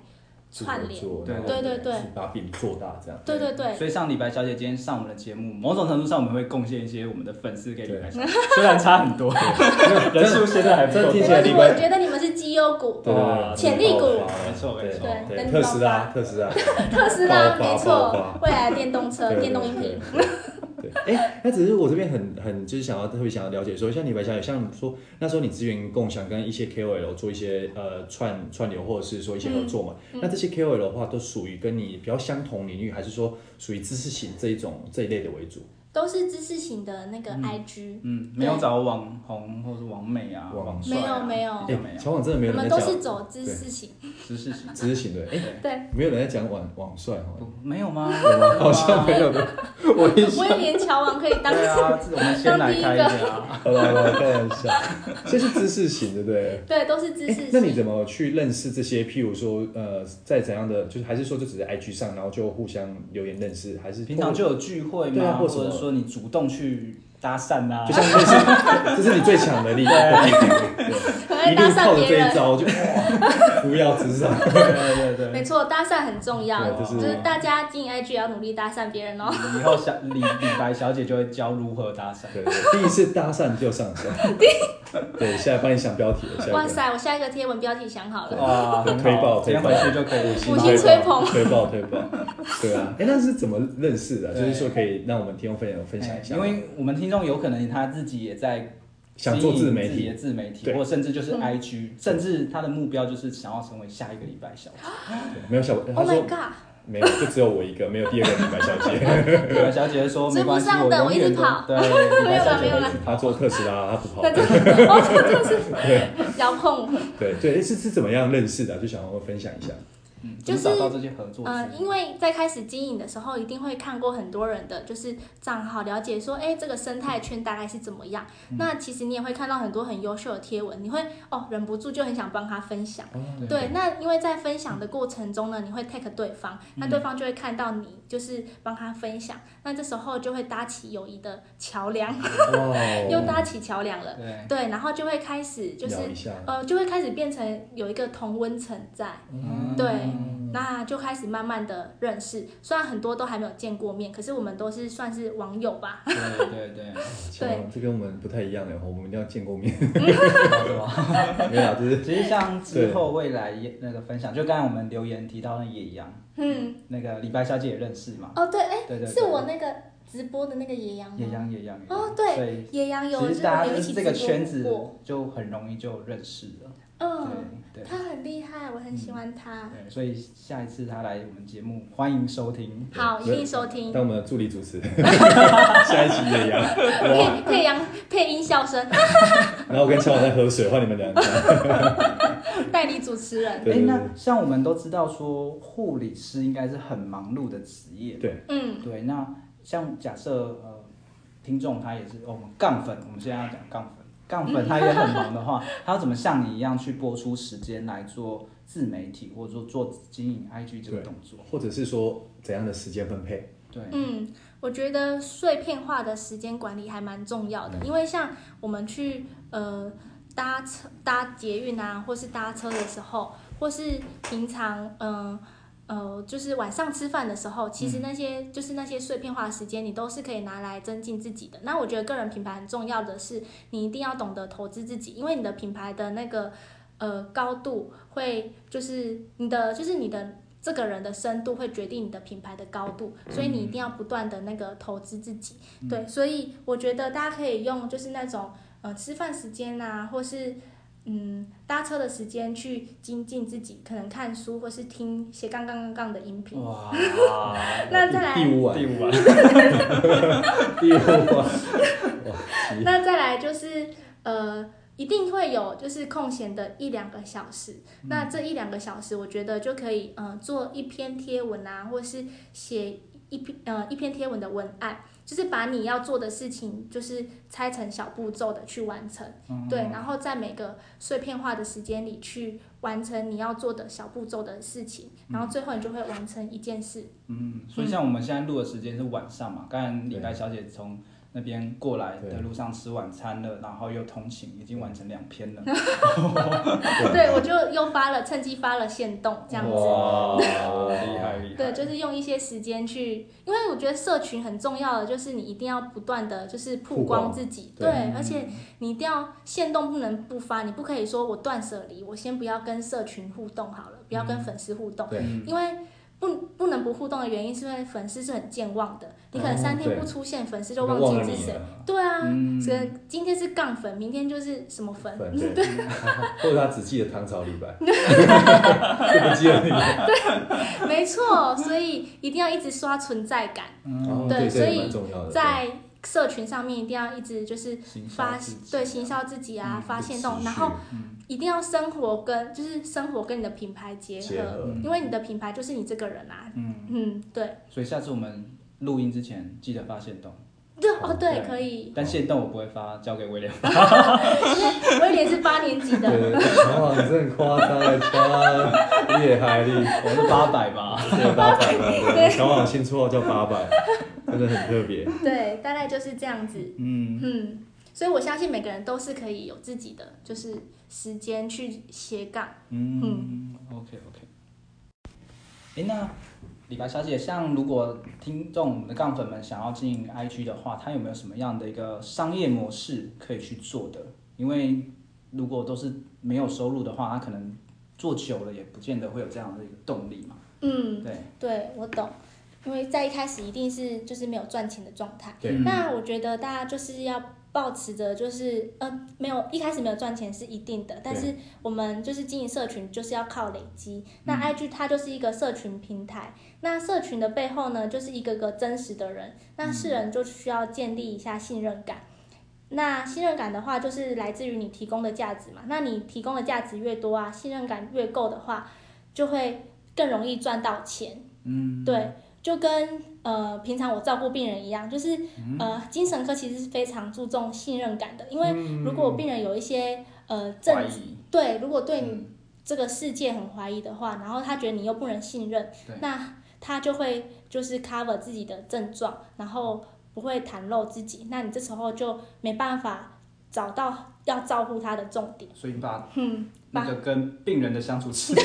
[SPEAKER 3] 串联。
[SPEAKER 2] 合作嗯
[SPEAKER 1] 对
[SPEAKER 2] 然后
[SPEAKER 3] 对对对
[SPEAKER 2] 去把饼做大这样。
[SPEAKER 3] 对对对，
[SPEAKER 1] 所以像李白小姐今天上我们的节目，某种程度上我们会贡献一些我们的粉丝给李白小姐，虽然差很多， 人数现在还不
[SPEAKER 2] 这样
[SPEAKER 1] 够
[SPEAKER 2] 听
[SPEAKER 3] 没
[SPEAKER 2] 起来
[SPEAKER 3] 关系，
[SPEAKER 2] 李
[SPEAKER 3] 我
[SPEAKER 2] 白
[SPEAKER 3] 觉得你们是绩优股，
[SPEAKER 2] 对对对，
[SPEAKER 3] 潜力股
[SPEAKER 2] 没
[SPEAKER 1] 没错没错
[SPEAKER 3] 对等你
[SPEAKER 2] 特
[SPEAKER 3] 爆
[SPEAKER 2] 斯拉，特斯拉，
[SPEAKER 3] 特斯
[SPEAKER 2] 爆发
[SPEAKER 3] 拉没
[SPEAKER 2] 爆
[SPEAKER 3] 错
[SPEAKER 2] 发，
[SPEAKER 3] 未来的电动车、
[SPEAKER 2] 对
[SPEAKER 3] 电动音频。。
[SPEAKER 2] 对 对对，哎、那只是我这边很很就是想要特别想要了解说，像李白小姐，像你说那时候你资源共享跟一些 KOL 做一些呃串串流或者是说一些
[SPEAKER 3] 嗯
[SPEAKER 2] 合作嘛，那这些 KOL 的话都属于跟你比较相同领域，还是说属于知识型这一种这一类的为主？
[SPEAKER 3] 都是知识型的那个 IG，、
[SPEAKER 1] 嗯，没有找网红或是网美啊，
[SPEAKER 2] 网
[SPEAKER 1] 网帅啊
[SPEAKER 3] 没有
[SPEAKER 1] 比较没有，
[SPEAKER 2] 乔网真的没有
[SPEAKER 3] 我
[SPEAKER 2] 人
[SPEAKER 3] 们
[SPEAKER 2] 在
[SPEAKER 3] 都
[SPEAKER 2] 讲
[SPEAKER 3] 是走知识型，
[SPEAKER 1] 知识型
[SPEAKER 2] 知识型的，哎、
[SPEAKER 3] 对，
[SPEAKER 2] 没有人在讲网网帅哦，
[SPEAKER 1] 不没有 吗？
[SPEAKER 2] 好像没有的，我印象
[SPEAKER 3] 我也连乔王可以当
[SPEAKER 1] 对啊，这我们先来开
[SPEAKER 3] 当第
[SPEAKER 1] 个 啊。
[SPEAKER 2] 好了好了，开玩笑，这是知识型的，对。
[SPEAKER 3] 对，都是知
[SPEAKER 2] 哎
[SPEAKER 3] 识型。
[SPEAKER 2] 那你怎么去认识这些？譬如说，呃，在怎样的，就是还是说就只是 IG 上，然后就互相留言认识，还是
[SPEAKER 1] 平常就有聚会
[SPEAKER 2] 对啊
[SPEAKER 1] 嘛，
[SPEAKER 2] 或
[SPEAKER 1] 或
[SPEAKER 2] 什么
[SPEAKER 1] 者说你主动去搭讪啊
[SPEAKER 2] 就，像认识， 这是你最强的力量，对一定靠着这哎
[SPEAKER 3] 很爱 搭讪别
[SPEAKER 2] 一
[SPEAKER 3] 人，
[SPEAKER 2] 招就哇，扶摇直上。
[SPEAKER 1] 对对对
[SPEAKER 3] 没错，搭讪很重要，
[SPEAKER 2] 对就是
[SPEAKER 3] 就是大家经营 IG 也要努力搭讪别人哦。
[SPEAKER 1] 对，以后小李李白小姐就会教如何搭讪。
[SPEAKER 2] 对，对第一次搭讪就上 手。对，现在帮你想标题了，下一个
[SPEAKER 3] 哇塞，我下一个贴文标题想好
[SPEAKER 2] 哦
[SPEAKER 3] 了，
[SPEAKER 1] 哇，
[SPEAKER 2] 对
[SPEAKER 1] 很好
[SPEAKER 2] 推爆
[SPEAKER 1] 今天
[SPEAKER 2] 推爆
[SPEAKER 1] 回去就可以
[SPEAKER 3] 五星吹捧
[SPEAKER 2] 推爆推爆，对啊，哎，那是怎么认识的啊？就
[SPEAKER 1] 对
[SPEAKER 2] 是说可以让我们听众朋友分享一下
[SPEAKER 1] 哎因
[SPEAKER 2] 吗，
[SPEAKER 1] 为我们听众有可能他自己也在
[SPEAKER 2] 想做
[SPEAKER 1] 经
[SPEAKER 2] 自
[SPEAKER 1] 营
[SPEAKER 2] 媒
[SPEAKER 1] 自己
[SPEAKER 2] 体
[SPEAKER 1] 的，自媒体，
[SPEAKER 2] 对
[SPEAKER 1] 或甚至就是
[SPEAKER 3] 嗯
[SPEAKER 1] IG，甚至他的目标就是想要成为下一个礼拜 小姐。
[SPEAKER 2] 对没有小，他
[SPEAKER 3] Oh my
[SPEAKER 2] 说
[SPEAKER 3] god！
[SPEAKER 2] 没有，就只有我一个，没有第二个李白小姐，
[SPEAKER 1] 李白小姐说没
[SPEAKER 3] 追不
[SPEAKER 1] 关系，
[SPEAKER 3] 上的
[SPEAKER 1] 永远
[SPEAKER 3] 我一直
[SPEAKER 1] 都
[SPEAKER 3] 跑
[SPEAKER 1] 对， 李
[SPEAKER 3] 没
[SPEAKER 1] 白
[SPEAKER 3] 有
[SPEAKER 1] 小
[SPEAKER 3] 啦
[SPEAKER 1] 姐
[SPEAKER 3] 没有啦
[SPEAKER 1] 一直
[SPEAKER 2] 她
[SPEAKER 1] 跑
[SPEAKER 2] 坐特斯拉，她不跑
[SPEAKER 3] 那。这 哦，这真的 是要碰我。
[SPEAKER 2] 对对，诶是是怎么样认识的啊？就想要分享一下。
[SPEAKER 1] 嗯
[SPEAKER 3] 就
[SPEAKER 1] 怎么
[SPEAKER 3] 是
[SPEAKER 1] 找到这些合作
[SPEAKER 3] 呃，
[SPEAKER 1] 机
[SPEAKER 3] 因为在开始经营的时候，一定会看过很多人的就是账号，了解说，哎、这个生态圈大概是怎么样。
[SPEAKER 2] 嗯
[SPEAKER 3] 那其实你也会看到很多很优秀的贴文，你会哦忍不住就很想帮他分享。
[SPEAKER 1] 对
[SPEAKER 3] 对，那因为在分享的过程中呢，你会 take 对方，
[SPEAKER 1] 嗯
[SPEAKER 3] 那对方就会看到你就是帮他分享，那这时候就会搭起友谊的桥梁，
[SPEAKER 1] 哦
[SPEAKER 2] 哇
[SPEAKER 3] 又搭起桥梁了。
[SPEAKER 1] 对，
[SPEAKER 3] 对，然后就会开始就是
[SPEAKER 2] 聊一下，
[SPEAKER 3] 呃，就会开始变成有一个同温层在。
[SPEAKER 1] 嗯
[SPEAKER 3] 对那就开始慢慢的认识，虽然很多都还没有见过面，可是我们都是算是网友吧。
[SPEAKER 1] 对对对，
[SPEAKER 2] 乔王，这跟我们不太一样的，我们一定要见过面。
[SPEAKER 1] 是吧？
[SPEAKER 2] 没有啊，就是
[SPEAKER 1] 其实像之后未来也那个分享，就刚才我们留言提到那野羊，
[SPEAKER 3] 嗯，
[SPEAKER 1] 那个李白小姐也认识嘛？
[SPEAKER 3] 哦对，哎、
[SPEAKER 1] 对对对
[SPEAKER 3] 是我那个直播的那个野羊
[SPEAKER 1] 野
[SPEAKER 3] 吗？
[SPEAKER 1] 羊野羊。野羊
[SPEAKER 3] 哦
[SPEAKER 1] 所
[SPEAKER 3] 对
[SPEAKER 1] 以，
[SPEAKER 3] 野羊有
[SPEAKER 1] 其
[SPEAKER 3] 就
[SPEAKER 1] 实
[SPEAKER 3] 是
[SPEAKER 1] 大
[SPEAKER 3] 我
[SPEAKER 1] 家
[SPEAKER 3] 们
[SPEAKER 1] 就
[SPEAKER 3] 一
[SPEAKER 1] 是
[SPEAKER 3] 起
[SPEAKER 1] 这个
[SPEAKER 3] 直播
[SPEAKER 1] 圈子
[SPEAKER 3] 过
[SPEAKER 1] 就很容易就认识了。
[SPEAKER 3] 嗯，
[SPEAKER 1] 对对
[SPEAKER 3] 他很厉害，我很喜欢他。
[SPEAKER 1] 对，所以下一次她来我们节目，欢迎收听。
[SPEAKER 3] 好，一定收听。
[SPEAKER 2] 当我们的助理主持，下一期也一样。哇，
[SPEAKER 3] 配配羊配音笑声，
[SPEAKER 2] 然后我跟乔王在喝水，换你们两个。
[SPEAKER 3] 代理主持人。
[SPEAKER 2] 对
[SPEAKER 1] 哎
[SPEAKER 2] 对，对
[SPEAKER 1] 那像我们都知道说护理师应该是很忙碌的职业，
[SPEAKER 3] 嗯，
[SPEAKER 1] 对，那像假设呃，听众他也是、哦我们杠粉，我们现在要讲杠粉，杠粉他也很忙的 话，他要怎么像你一样去播出时间来做自媒体，或者说做经营 IG 这个动作？
[SPEAKER 2] 或者是说怎样的时间分配？
[SPEAKER 1] 对，
[SPEAKER 3] 嗯，我觉得碎片化的时间管理还蛮重要
[SPEAKER 1] 嗯
[SPEAKER 3] 的，因为像我们去呃搭车、搭捷运啊，或是搭车的时候，或是平常嗯呃就是晚上吃饭的时候，其实
[SPEAKER 1] 嗯
[SPEAKER 3] 那些、就是那些碎片化的时间，你都是可以拿来增进自己的。那我觉得个人品牌很重要的是，你一定要懂得投资自己，因为你的品牌的那个呃高度会就是你的就是你的这个人的深度会决定你的品牌的高度，所以你一定要不断的那个投资自己。对，所以我觉得大家可以用就是那种呃吃饭时间啊，或是嗯搭车的时间去精进自己，可能看书或是听斜杠杠杠杠的音 频。
[SPEAKER 1] 哇，
[SPEAKER 3] 那再来
[SPEAKER 2] 第五晚，
[SPEAKER 1] 第五啊，
[SPEAKER 2] 第五晚，
[SPEAKER 3] 那再来就是呃，一定会有就是空闲的一两个小时，那这一两个小时，我觉得就可以呃做一篇贴文啊，或是写一篇呃一篇贴文的文案，就是把你要做的事情就是拆成小步骤的去完成，对，然后在每个碎片化的时间里去完成你要做的小步骤的事情，然后最后你就会完成一件事。
[SPEAKER 1] 嗯，所以像我们现在录的时间是晚上嘛，刚才李白小姐从。那边过来的路上吃晚餐了，然后又通勤，已经完成两篇了。
[SPEAKER 3] 嗯对，我就又发了，趁机发了限动这样子。
[SPEAKER 1] 哇，厉害厉害！
[SPEAKER 3] 对，就是用一些时间去，因为我觉得社群很重要的，就是你一定要不断的就是曝
[SPEAKER 2] 曝光
[SPEAKER 3] 光自己，
[SPEAKER 2] 对
[SPEAKER 3] 对，而且你一定要限动不能不发，你不可以说我断舍离，我先不要跟社群互动好了，不要跟粉丝互动，
[SPEAKER 2] 对
[SPEAKER 3] 因为不不能不互动的原因，是因为粉丝是很健忘的，你可能
[SPEAKER 4] 哦
[SPEAKER 3] 三
[SPEAKER 2] 对
[SPEAKER 3] 天不出现，粉丝就
[SPEAKER 4] 那
[SPEAKER 3] 忘
[SPEAKER 4] 忘了
[SPEAKER 3] 记是
[SPEAKER 4] 你
[SPEAKER 3] 谁。
[SPEAKER 4] 了，
[SPEAKER 3] 对啊，
[SPEAKER 1] 嗯
[SPEAKER 3] 所以今天是杠粉，明天就是什么粉，
[SPEAKER 2] 反正
[SPEAKER 4] 或者他只记得唐朝李白，就不记得你。
[SPEAKER 3] 没错，所以一定要一直刷存在感，
[SPEAKER 4] 哦
[SPEAKER 1] 嗯，
[SPEAKER 3] 对
[SPEAKER 4] 这也
[SPEAKER 3] 所以
[SPEAKER 4] 蛮重
[SPEAKER 2] 呃
[SPEAKER 4] 要的。
[SPEAKER 3] 在社群上面一定要一直就是
[SPEAKER 1] 嗯行销
[SPEAKER 3] 发
[SPEAKER 1] 自己啊嗯
[SPEAKER 3] 对行销自己啊，发现动，
[SPEAKER 2] 持
[SPEAKER 3] 然后
[SPEAKER 2] 续
[SPEAKER 3] 一定要生活跟就是生活跟你的品牌结合，
[SPEAKER 2] 结合
[SPEAKER 1] 嗯
[SPEAKER 3] 因为你的品牌就是你这个人啊，
[SPEAKER 1] 嗯，
[SPEAKER 3] 嗯，对，
[SPEAKER 1] 所以下次我们录音之前记得发现动，
[SPEAKER 3] 对哦对
[SPEAKER 1] 对，
[SPEAKER 3] 可以，
[SPEAKER 1] 但现动我不会发，交给威廉发。
[SPEAKER 3] 威廉是八年级
[SPEAKER 4] 对
[SPEAKER 3] 的，
[SPEAKER 4] 对对，哇，你真的夸张
[SPEAKER 2] 欸
[SPEAKER 4] 了，他厉害厉害。
[SPEAKER 1] 我是八百吧。
[SPEAKER 2] 对八百嘛，对，小网新绰号叫八百，真的很特别。
[SPEAKER 3] 对，大概就是这样子，
[SPEAKER 1] 嗯，
[SPEAKER 3] 嗯，所以我相信每个人都是可以有自己的就是时间去斜杠，
[SPEAKER 1] 嗯，OK OK。哎，那李白小姐，像如果听众我们的杠粉们想要经营 IG 的话，它有没有什么样的一个商业模式可以去做的？因为如果都是没有收入的话，他可能做久了也不见得会有这样的一个动力嘛。
[SPEAKER 3] 嗯。
[SPEAKER 1] 对，
[SPEAKER 3] 对，我懂，因为在一开始一定是就是没有赚钱的状态。
[SPEAKER 4] 对
[SPEAKER 1] 嗯
[SPEAKER 3] 那我觉得大家就是要保持着，就是呃，没有一开始没有赚钱是一定的，但是我们就是经营社群就是要靠累积。那 IG 它就是一个社群平台，那社群的背后呢，就是一个个真实的人，那世人就需要建立一下信任感。那信任感的话，就是来自于你提供的价值嘛。那你提供的价值越多啊，信任感越够的话，就会更容易赚到钱。
[SPEAKER 1] 嗯，
[SPEAKER 3] 对，就跟呃平常我照顾病人一样，就是
[SPEAKER 1] 嗯
[SPEAKER 3] 呃精神科其实是非常注重信任感的，因为如果病人有一些呃
[SPEAKER 1] 嗯怀
[SPEAKER 3] 症，
[SPEAKER 1] 疑，
[SPEAKER 3] 对，如果对你
[SPEAKER 1] 嗯，
[SPEAKER 3] 这个世界很怀疑的话，然后他觉得你又不能信任
[SPEAKER 1] 对，
[SPEAKER 3] 那他就会就是 cover 自己的症状，然后不会袒露自己，那你这时候就没办法找到要照顾他的重点，
[SPEAKER 1] 所以把
[SPEAKER 3] 嗯，
[SPEAKER 1] 那个跟病人的相处 之道，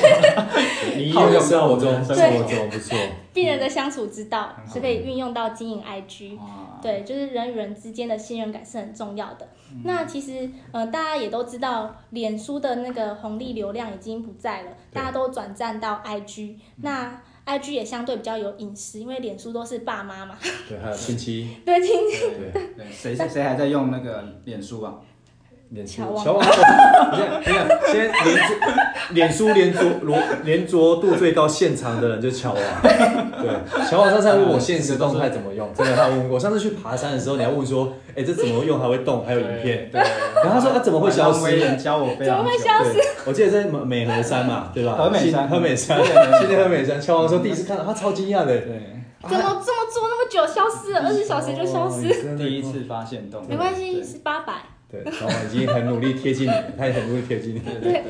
[SPEAKER 2] 你应用在生活中，
[SPEAKER 1] 对
[SPEAKER 2] 生活中不错。
[SPEAKER 3] 病人的相处之道
[SPEAKER 1] 嗯很好
[SPEAKER 3] 是可以运用到经营 IG，
[SPEAKER 1] 哇，
[SPEAKER 3] 对，就是人与人之间的信任感是很重要的。
[SPEAKER 2] 嗯
[SPEAKER 3] 那其实，呃，大家也都知道，脸书的那个红利流量已经不在了，
[SPEAKER 2] 对嗯
[SPEAKER 3] 大家都转战到 IG。那 IG 也相对比较有隐私，因为脸书都是爸妈嘛，
[SPEAKER 2] 对，还有亲戚，
[SPEAKER 3] 对，亲
[SPEAKER 2] 对，
[SPEAKER 1] 对，谁谁谁还在用那个脸书啊？
[SPEAKER 2] 脸书
[SPEAKER 3] 乔王
[SPEAKER 2] 乔王，你看，你看，现在连着脸书连着罗连着度最高现场的人就是乔王。对，乔王上次还问我现实动态怎么用，真的他问过。上次去爬山的时候，你还问说，哎，这怎么用还会动，还有影片。
[SPEAKER 1] 对，然
[SPEAKER 2] 后他说他怎么会消失
[SPEAKER 1] 威廉教我非常久，
[SPEAKER 3] 怎么会消
[SPEAKER 2] 对，我记得在美美和山嘛，对吧？
[SPEAKER 1] 和美山
[SPEAKER 2] 新和美山，
[SPEAKER 1] 对
[SPEAKER 2] 今天和美 山，乔王说第一次看到，他超惊讶的。
[SPEAKER 1] 对，
[SPEAKER 3] 怎么这么做那么久，消失了，二十小时就消失，
[SPEAKER 2] 啊哦
[SPEAKER 1] 第一。次发现动，
[SPEAKER 3] 没关系，
[SPEAKER 1] 对
[SPEAKER 3] 是八百。
[SPEAKER 2] 对，乔王已经很努力贴近你了，他也很努力贴近你。
[SPEAKER 1] 对对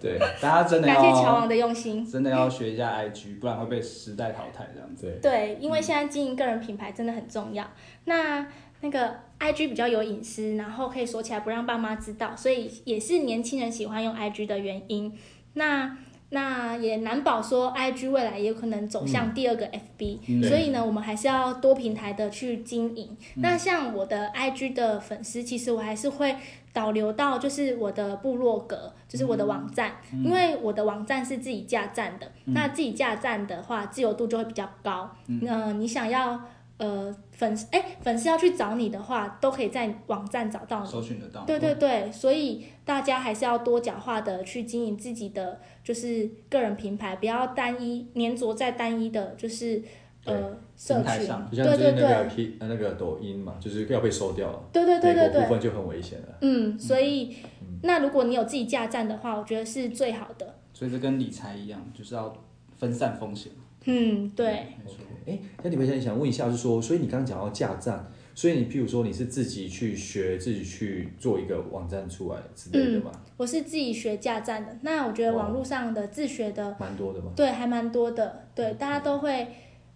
[SPEAKER 1] 对，
[SPEAKER 2] 对
[SPEAKER 1] 大家真的
[SPEAKER 3] 感谢乔
[SPEAKER 1] 要
[SPEAKER 3] 王的用心。
[SPEAKER 1] 真的要学一下 IG，不然会被时代淘汰这样子。
[SPEAKER 2] 对。
[SPEAKER 3] 对，因为现在经营个人品牌真的很重要。那那个 IG 比较有隐私，然后可以锁起来不让爸妈知道，所以也是年轻人喜欢用 IG 的原因。那那也难保说 IG 未来也有可能走向第二个 FB，、
[SPEAKER 1] 嗯
[SPEAKER 3] 所以呢，我们还是要多平台的去经营。那像我的 IG 的粉丝，其实我还是会导流到就是我的部落格，就是我的网站，
[SPEAKER 2] 嗯
[SPEAKER 3] 因为我的网站是自己架站的。那自己架站的话，自由度就会比较高。
[SPEAKER 2] 嗯
[SPEAKER 3] 那、你想要呃粉丝哎粉丝要去找你的话，都可以在网站找到你。
[SPEAKER 1] 搜寻得到，
[SPEAKER 3] 对对对，所以大家还是要多角化的去经营自己的就是个人品牌，不要单一粘着在单一的，就是呃社
[SPEAKER 1] 平台
[SPEAKER 3] 群。
[SPEAKER 1] 上
[SPEAKER 2] 就像最近那
[SPEAKER 3] 对
[SPEAKER 2] 个
[SPEAKER 3] 对
[SPEAKER 2] P 呃那个抖音嘛，就是要被收掉了，
[SPEAKER 3] 对对对对
[SPEAKER 2] 美国
[SPEAKER 3] 对
[SPEAKER 2] 部，分就很危险了。
[SPEAKER 3] 嗯，所以、那如果你有自己架站的话，我觉得是最好的。
[SPEAKER 1] 所以这跟理财一样，就是要分散风险。
[SPEAKER 3] 嗯，对，
[SPEAKER 1] 没错，
[SPEAKER 2] 哎，那你们想想问一下，就是说，所以你刚刚讲到架站，所以你譬如说你是自己去学，自己去做一个网站出来之类的嘛，
[SPEAKER 3] 我是自己学架站的。那我觉得
[SPEAKER 2] 哦
[SPEAKER 3] 网络上的自学的，
[SPEAKER 2] 蛮多的嘛。
[SPEAKER 3] 对，还蛮多的。对，大家都会，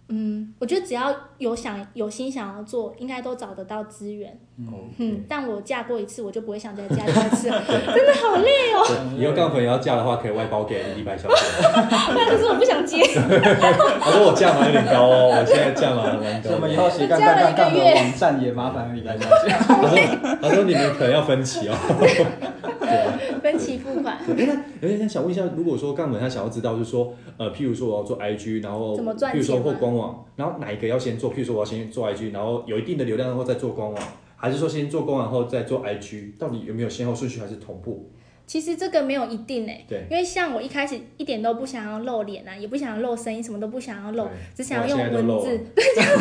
[SPEAKER 3] 嗯，我觉得只要有想有心想要做，应该都找得到资源。
[SPEAKER 2] 哦，
[SPEAKER 3] 嗯，但我架过一次，我就不会想再架第二次了，真的好累哦。
[SPEAKER 2] 对以后杠粉也要架的话，可以外包给李白小姐。
[SPEAKER 3] 可是我不想接，
[SPEAKER 2] 他说我价码有点高哦，我现在价码还蛮
[SPEAKER 1] 所以
[SPEAKER 2] 高
[SPEAKER 1] 我们以
[SPEAKER 2] 的。
[SPEAKER 1] 后斜杠杠杠杠的网站也麻烦李白小姐。
[SPEAKER 2] 他说你们可能要分歧哦。对啊，
[SPEAKER 3] 分期付款，
[SPEAKER 2] 哎、那有点想问一下，如果说杠粉他想要知道，就是说，呃，譬如说我要做 IG，然后
[SPEAKER 3] 怎么赚
[SPEAKER 2] 譬如说
[SPEAKER 3] 钱
[SPEAKER 2] 或
[SPEAKER 3] 吗
[SPEAKER 2] 官网，然后哪一个要先做？譬如说我要先做 IG，然后有一定的流量然后再做官网，还是说先做官网后再做 IG？到底有没有先后顺序，还是同步？
[SPEAKER 3] 其实这个没有一定哎、
[SPEAKER 2] 对
[SPEAKER 3] 因为像我一开始一点都不想要露脸啊，也不想要露声音，什么都不想要露
[SPEAKER 2] 对，
[SPEAKER 3] 只想要
[SPEAKER 2] 哇
[SPEAKER 3] 用
[SPEAKER 2] 现在都
[SPEAKER 3] 文
[SPEAKER 2] 露
[SPEAKER 3] 字
[SPEAKER 2] 了。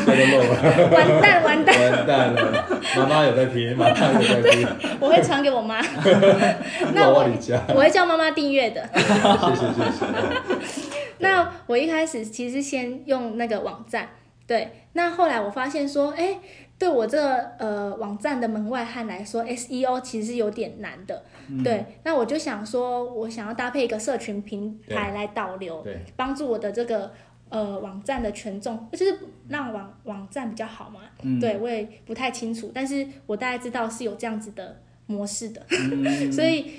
[SPEAKER 2] 太漏了，
[SPEAKER 3] 完蛋完蛋，
[SPEAKER 2] 完蛋了！妈妈有在拼，妈妈有在拼，
[SPEAKER 3] 我会传给我妈，那
[SPEAKER 2] 老
[SPEAKER 3] 我
[SPEAKER 2] 往你家，
[SPEAKER 3] 我会叫妈妈订阅的。
[SPEAKER 2] 谢谢谢谢。
[SPEAKER 3] 那我一开始其实先用那个网站，对。那后来我发现说，哎、对我这个呃网站的门外汉来说，SEO 其实是有点难的，
[SPEAKER 2] 嗯
[SPEAKER 3] 对。那我就想说，我想要搭配一个社群平台来导流，
[SPEAKER 2] 对，
[SPEAKER 3] 帮助我的这个呃网站的权重，就是让网网站比较好嘛。
[SPEAKER 1] 嗯，
[SPEAKER 3] 对，我也不太清楚，但是我大概知道是有这样子的模式的，
[SPEAKER 2] 嗯
[SPEAKER 3] 所以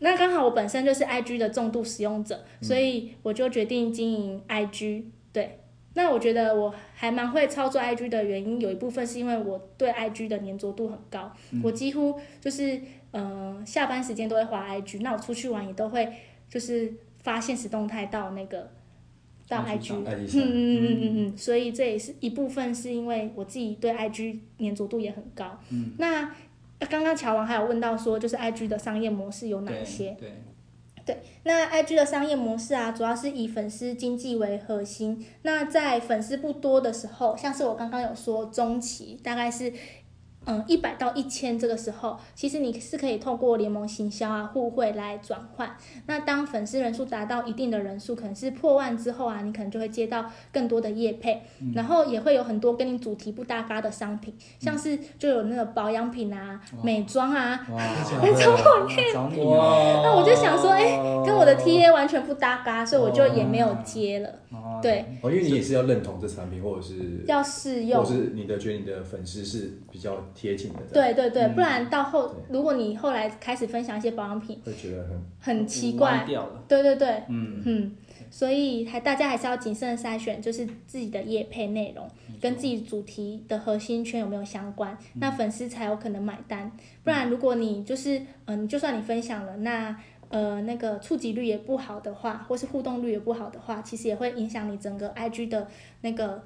[SPEAKER 3] 那刚好我本身就是 IG 的重度使用者，所以我就决定经营 IG。对，那我觉得我还蛮会操作 IG 的原因，有一部分是因为我对 IG 的粘着度很高，我几乎就是呃下班时间都会滑 IG，那我出去玩也都会就是发现实动态到那个到
[SPEAKER 4] IG
[SPEAKER 3] IG
[SPEAKER 4] 上。
[SPEAKER 2] 爱迪
[SPEAKER 3] 嗯
[SPEAKER 2] 生，
[SPEAKER 3] 嗯嗯嗯嗯，所以这也是一部分是因为我自己对 IG 粘着度也很高。嗯，那呃刚刚乔王还有问到说，就是 IG 的商业模式有哪
[SPEAKER 1] 对
[SPEAKER 3] 些？
[SPEAKER 1] 对，
[SPEAKER 3] 那 IG 的商业模式啊，主要是以粉丝经济为核心。那在粉丝不多的时候，像是我刚刚有说中期，大概是。嗯，一百到一千这个时候，其实你是可以透过联盟行销啊、互惠来转换。那当粉丝人数达到一定的人数，可能是破万之后啊，你可能就会接到更多的业配，然后也会有很多跟你主题不搭嘎的商品，像是就有那个保养品啊、美妆啊。
[SPEAKER 1] 哇，
[SPEAKER 2] 真的
[SPEAKER 1] 好找你哦，
[SPEAKER 3] 那我就想说，哎、
[SPEAKER 2] 哦
[SPEAKER 3] 跟我的 TA 完全不搭嘎，所以我就也没有接了。
[SPEAKER 1] 哦
[SPEAKER 3] 对，
[SPEAKER 2] 哦，因为你也是要认同这产品，或者是，
[SPEAKER 3] 要试
[SPEAKER 2] 或者
[SPEAKER 3] 用。
[SPEAKER 2] 是你的觉得你的粉丝是比较贴近的，这样，
[SPEAKER 3] 对对对，不然到后
[SPEAKER 2] 嗯对，
[SPEAKER 3] 如果你后来开始分享一些保养品，
[SPEAKER 2] 会觉得很
[SPEAKER 3] 很奇
[SPEAKER 1] 歪
[SPEAKER 2] 嗯
[SPEAKER 3] 怪。
[SPEAKER 1] 掉了，
[SPEAKER 3] 对对对，
[SPEAKER 1] 嗯，
[SPEAKER 3] 嗯，所以还大家还是要谨慎筛选，就是自己的业配内容跟自己主题的核心圈有没有相关，
[SPEAKER 2] 嗯
[SPEAKER 3] 那粉丝才有可能买单。不然，如果你就是嗯、呃你就算你分享了，那呃那个触及率也不好的话，或是互动率也不好的话，其实也会影响你整个 IG 的那个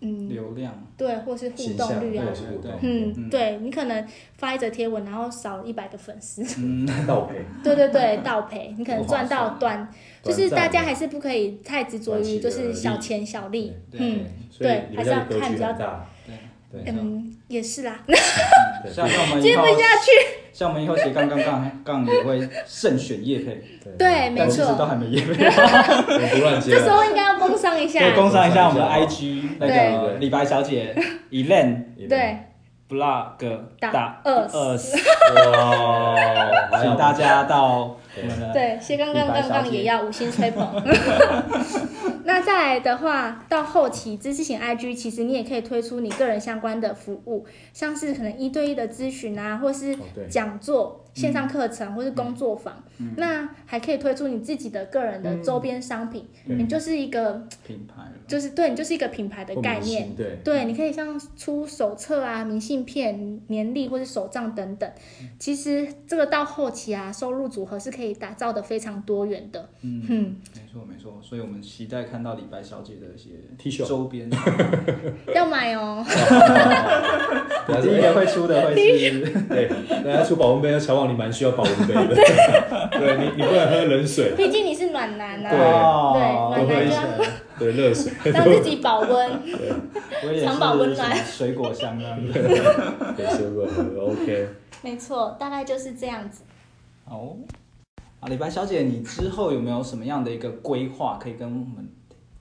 [SPEAKER 3] 嗯
[SPEAKER 1] 流量，
[SPEAKER 3] 对，或是互
[SPEAKER 2] 形象，
[SPEAKER 3] 动率
[SPEAKER 2] 或
[SPEAKER 3] 啊
[SPEAKER 2] 者。是互动，
[SPEAKER 3] 嗯，对你可能发一则贴文，然后少一百个粉丝，
[SPEAKER 1] 嗯，
[SPEAKER 2] 倒赔。
[SPEAKER 3] 对对对，倒赔，你可能
[SPEAKER 1] 不划
[SPEAKER 3] 赚到
[SPEAKER 1] 算
[SPEAKER 3] 短，就
[SPEAKER 2] 短
[SPEAKER 3] 是
[SPEAKER 2] 暂
[SPEAKER 3] 大家
[SPEAKER 2] 的
[SPEAKER 3] 还是不可以太执着
[SPEAKER 2] 短期
[SPEAKER 3] 于
[SPEAKER 2] 的
[SPEAKER 3] 就是小
[SPEAKER 2] 利
[SPEAKER 3] 钱小利，
[SPEAKER 1] 对
[SPEAKER 3] 嗯
[SPEAKER 2] 所以
[SPEAKER 3] 对
[SPEAKER 2] 你们
[SPEAKER 3] 还是
[SPEAKER 2] 家
[SPEAKER 3] 要
[SPEAKER 2] 的格
[SPEAKER 3] 看
[SPEAKER 2] 局
[SPEAKER 3] 比较
[SPEAKER 2] 很大，
[SPEAKER 1] 对
[SPEAKER 2] 对
[SPEAKER 3] 嗯，也是啦，
[SPEAKER 2] 对
[SPEAKER 1] 嗯像像我们以
[SPEAKER 3] 接
[SPEAKER 1] 后
[SPEAKER 3] 不，下去，
[SPEAKER 1] 像我们以后斜杠杠杠杠也会慎选业配，
[SPEAKER 3] 对，没
[SPEAKER 1] 但其实都
[SPEAKER 3] 错，
[SPEAKER 1] 还没业 配，
[SPEAKER 2] 不乱接
[SPEAKER 3] 这时
[SPEAKER 2] 了。
[SPEAKER 3] 候应该要崩上一下，
[SPEAKER 1] 对，工商一下我们的 IG 那个
[SPEAKER 2] 对
[SPEAKER 1] 李白小姐 Elaine
[SPEAKER 3] 对，
[SPEAKER 1] Blog
[SPEAKER 3] 打
[SPEAKER 1] 打
[SPEAKER 3] 二
[SPEAKER 1] 二四，
[SPEAKER 2] 哇，还有
[SPEAKER 1] 请大家到我们的
[SPEAKER 3] 对，斜杠杠杠杠也要五星吹捧。那再来的话，到后期知识型 IG，其实你也可以推出你个人相关的服务，像是可能一对一的咨询啊，或是
[SPEAKER 2] 哦对
[SPEAKER 3] 讲座、线
[SPEAKER 1] 嗯
[SPEAKER 3] 上课程，或是工作坊。那还可以推出你自己的个人
[SPEAKER 1] 嗯
[SPEAKER 3] 的周边商品，你就是一个，
[SPEAKER 1] 品牌了，
[SPEAKER 3] 就是对你就是一个品牌的
[SPEAKER 2] 不
[SPEAKER 3] 概
[SPEAKER 2] 迷
[SPEAKER 3] 念。
[SPEAKER 2] 信，对，
[SPEAKER 3] 对，你可以像出手册啊、明信片、年历或是手账等等。
[SPEAKER 1] 嗯
[SPEAKER 3] 其实这个到后期啊，收入组合是可以打造的非常多元的。嗯，
[SPEAKER 1] 没错没错，所以我们期待看到李白小姐的一些
[SPEAKER 2] T 恤
[SPEAKER 1] 周边，
[SPEAKER 3] 要买哦。
[SPEAKER 2] 大家
[SPEAKER 1] 第一个会出的会是
[SPEAKER 2] 对，大家出保温杯，乔旺你蛮需要保温 杯的，对你你不能喝冷水，
[SPEAKER 3] 毕竟你是暖男
[SPEAKER 2] 对
[SPEAKER 3] 啊，
[SPEAKER 1] 哦
[SPEAKER 3] 对
[SPEAKER 1] 我
[SPEAKER 3] 暖
[SPEAKER 1] 也
[SPEAKER 3] 男
[SPEAKER 1] 是
[SPEAKER 2] 对热水，
[SPEAKER 3] 让自己保温。
[SPEAKER 1] 我也是
[SPEAKER 3] 藏宝温暖
[SPEAKER 1] 什么水果香啊。
[SPEAKER 2] 对，水果喝，OK，
[SPEAKER 3] 没错，大概就是这样子。
[SPEAKER 1] 哦，啊，李白小姐，你之后有没有什么样的一个规划可以跟我们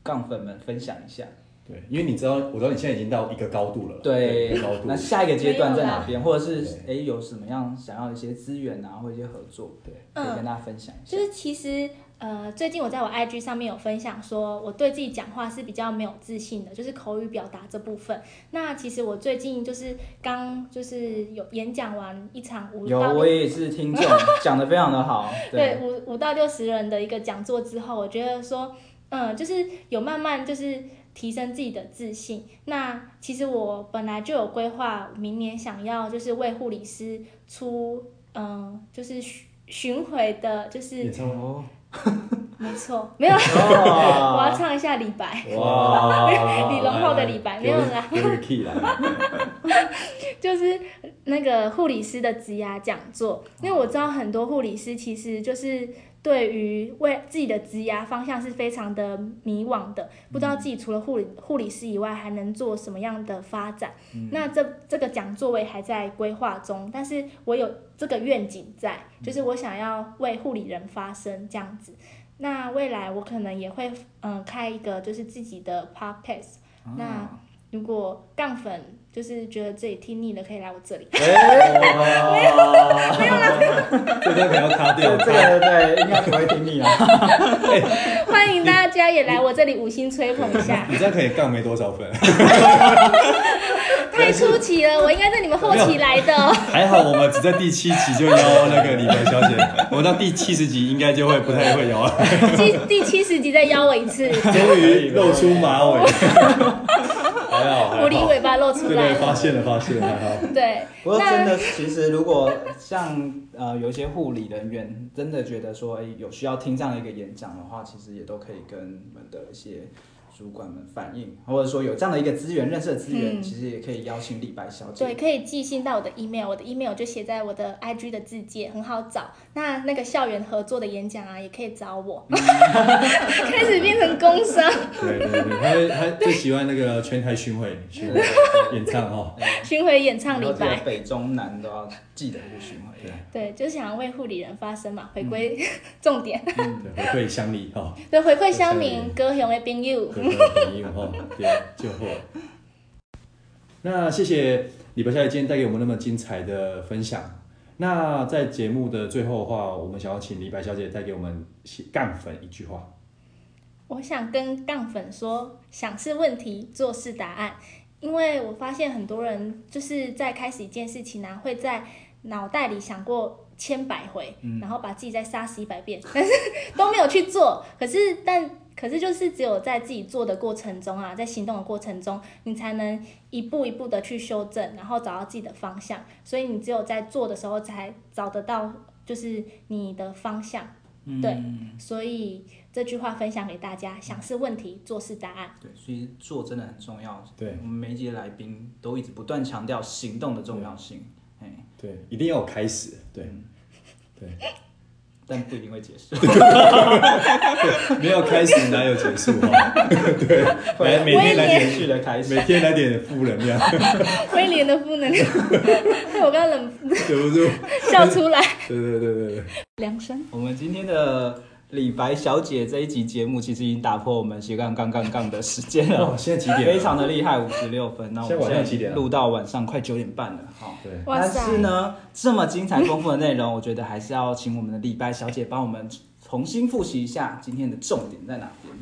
[SPEAKER 1] 杠粉们分享一下？
[SPEAKER 2] 对，因为你知道，我知道你现在已经到一个高度了，一
[SPEAKER 1] 对
[SPEAKER 2] 个高，度
[SPEAKER 1] 那，下一个阶段在哪边，或者是
[SPEAKER 2] 对
[SPEAKER 1] 哎有什么样想要一些资源啊，或一些合作，
[SPEAKER 2] 对，
[SPEAKER 1] 可以
[SPEAKER 3] 嗯
[SPEAKER 1] 跟大家分享一下
[SPEAKER 3] 就。是其实呃，最近我在我 IG 上面有分享说，我对自己讲话是比较没有自信的，就是口语表达这部分。那其实我最近就是刚就是有演讲完一场五
[SPEAKER 1] 有，
[SPEAKER 3] 到六
[SPEAKER 1] 我也是听 众，讲的非常的好，
[SPEAKER 3] 对，五五到六十人的一个讲座之后，我觉得说，嗯，就是有慢慢就是提升自己的自信。那其实我本来就有规划，明年想要就是为护理师出，嗯，就是学巡回的，就是
[SPEAKER 2] 演唱会
[SPEAKER 1] 哦，
[SPEAKER 3] 没错，没有， 我要唱一下李白，
[SPEAKER 4] 哇
[SPEAKER 3] 李荣浩的李白没有啦，
[SPEAKER 4] 有个 key 啦，
[SPEAKER 3] 就是那个护理师的职涯讲座，因为我知道很多护理师其实就是对于为自己的职涯方向是非常的迷惘的，不知道自己除了护理护理师以外还能做什么样的发展。那这这个讲座我也还在规划中，但是我有这个愿景在，就是我想要为护理人发声这样子。那未来我可能也会嗯、呃开一个就是自己的 podcast，、那
[SPEAKER 1] 哦
[SPEAKER 3] 如果杠粉就是觉得这里听腻了，可以来我这里。
[SPEAKER 1] 哦
[SPEAKER 4] 哎，
[SPEAKER 2] 这段可能要卡掉。
[SPEAKER 1] 这个 对，应该不会听你啊啦。
[SPEAKER 3] 欢迎大家也来我这里五星吹捧 一下，
[SPEAKER 2] 你这样可以杠没多少分，
[SPEAKER 3] 太出奇了，我应该在你们后期来的。哦
[SPEAKER 2] 还好我们只在第七集就邀那个李白小姐，我们到第七十集应该就会不太会邀了。
[SPEAKER 3] 第第七十集再邀我一次，
[SPEAKER 2] 终于露出马尾，还好还
[SPEAKER 3] 狐狸
[SPEAKER 2] 好，
[SPEAKER 3] 尾巴露出
[SPEAKER 2] 对
[SPEAKER 3] 来
[SPEAKER 2] 对，
[SPEAKER 3] 了。
[SPEAKER 2] 发现了发现了，还好。
[SPEAKER 3] 对，
[SPEAKER 1] 不过真
[SPEAKER 3] 那
[SPEAKER 1] 的，其实如果像呃有一些护理人员真的觉得说，哎、有需要听这样的一个演讲的话，其实也都可以跟你们的一些主管们反映，或者说有这样的一个资源，认识的资源，
[SPEAKER 3] 嗯
[SPEAKER 1] 其实也可以邀请李白小姐。
[SPEAKER 3] 对，可以寄信到我的 email，我的 email 就写在我的 IG 的字界，很好找。那那个校园合作的演讲啊，也可以找我。 开始变成工商
[SPEAKER 2] 对对对，他会他最喜欢那个全台巡回巡回演唱哦，
[SPEAKER 3] 巡回演唱
[SPEAKER 1] 以后
[SPEAKER 3] 李
[SPEAKER 1] 这
[SPEAKER 3] 白
[SPEAKER 1] 个。北中南都要记得去巡回。
[SPEAKER 3] 对，就想要为护理人发声嘛，回归 重点，
[SPEAKER 2] 对，回馈乡里哦，
[SPEAKER 3] 对，回馈乡
[SPEAKER 2] 回馈乡
[SPEAKER 3] 民，歌雄的朋友。
[SPEAKER 2] 回馈朋友哦，对，就货。那谢谢李白小姐今天带给我们那么精彩的分享。那在节目的最后的话，我们想要请李白小姐带给我们杠粉一句话。
[SPEAKER 3] 我想跟杠粉说，想是问题，做是答案。因为我发现很多人就是在开始一件事情呢、会在脑袋里想过千百回，然后把自己再杀死一百遍，但是都没有去做。可是，但可是就是只有在自己做的过程中啊，在行动的过程中，你才能一步一步的去修正，然后找到自己的方向。所以，你只有在做的时候，才找得到就是你的方向。对，所以这句话分享给大家：想是问题，做是答案。
[SPEAKER 1] 对，所以做真的很重要。
[SPEAKER 2] 对
[SPEAKER 1] 我们每一集的来宾都一直不断强调行动的重要性，哎，
[SPEAKER 2] 对，一定要有开始。对，对，
[SPEAKER 1] 但不一定会结 束。
[SPEAKER 2] 没有开始哪有结束哦？ 对，来每天来
[SPEAKER 1] 连
[SPEAKER 2] 点，
[SPEAKER 1] 续的开始
[SPEAKER 2] 每，天来点负能量，
[SPEAKER 3] 威廉的 负能量，害我刚刚冷
[SPEAKER 2] 对不对？
[SPEAKER 3] 笑出 来。
[SPEAKER 2] 对对对对对。
[SPEAKER 3] 梁生，
[SPEAKER 1] 我们今天的李白小姐这一集节目，其实已经打破我们斜杠杠杠杠的时间
[SPEAKER 2] 哇，
[SPEAKER 1] 了，
[SPEAKER 2] 现在哦几点了？
[SPEAKER 1] 非常的厉害，五十六分。那我们
[SPEAKER 2] 现在晚上几点啊
[SPEAKER 1] 录到晚上快九点半了，好。
[SPEAKER 2] 对。
[SPEAKER 3] 哇
[SPEAKER 1] 但
[SPEAKER 3] 塞
[SPEAKER 1] 是呢，这么精彩丰富的内容，我觉得还是要请我们的李白小姐帮我们重新复习一下今天的重点在哪 边。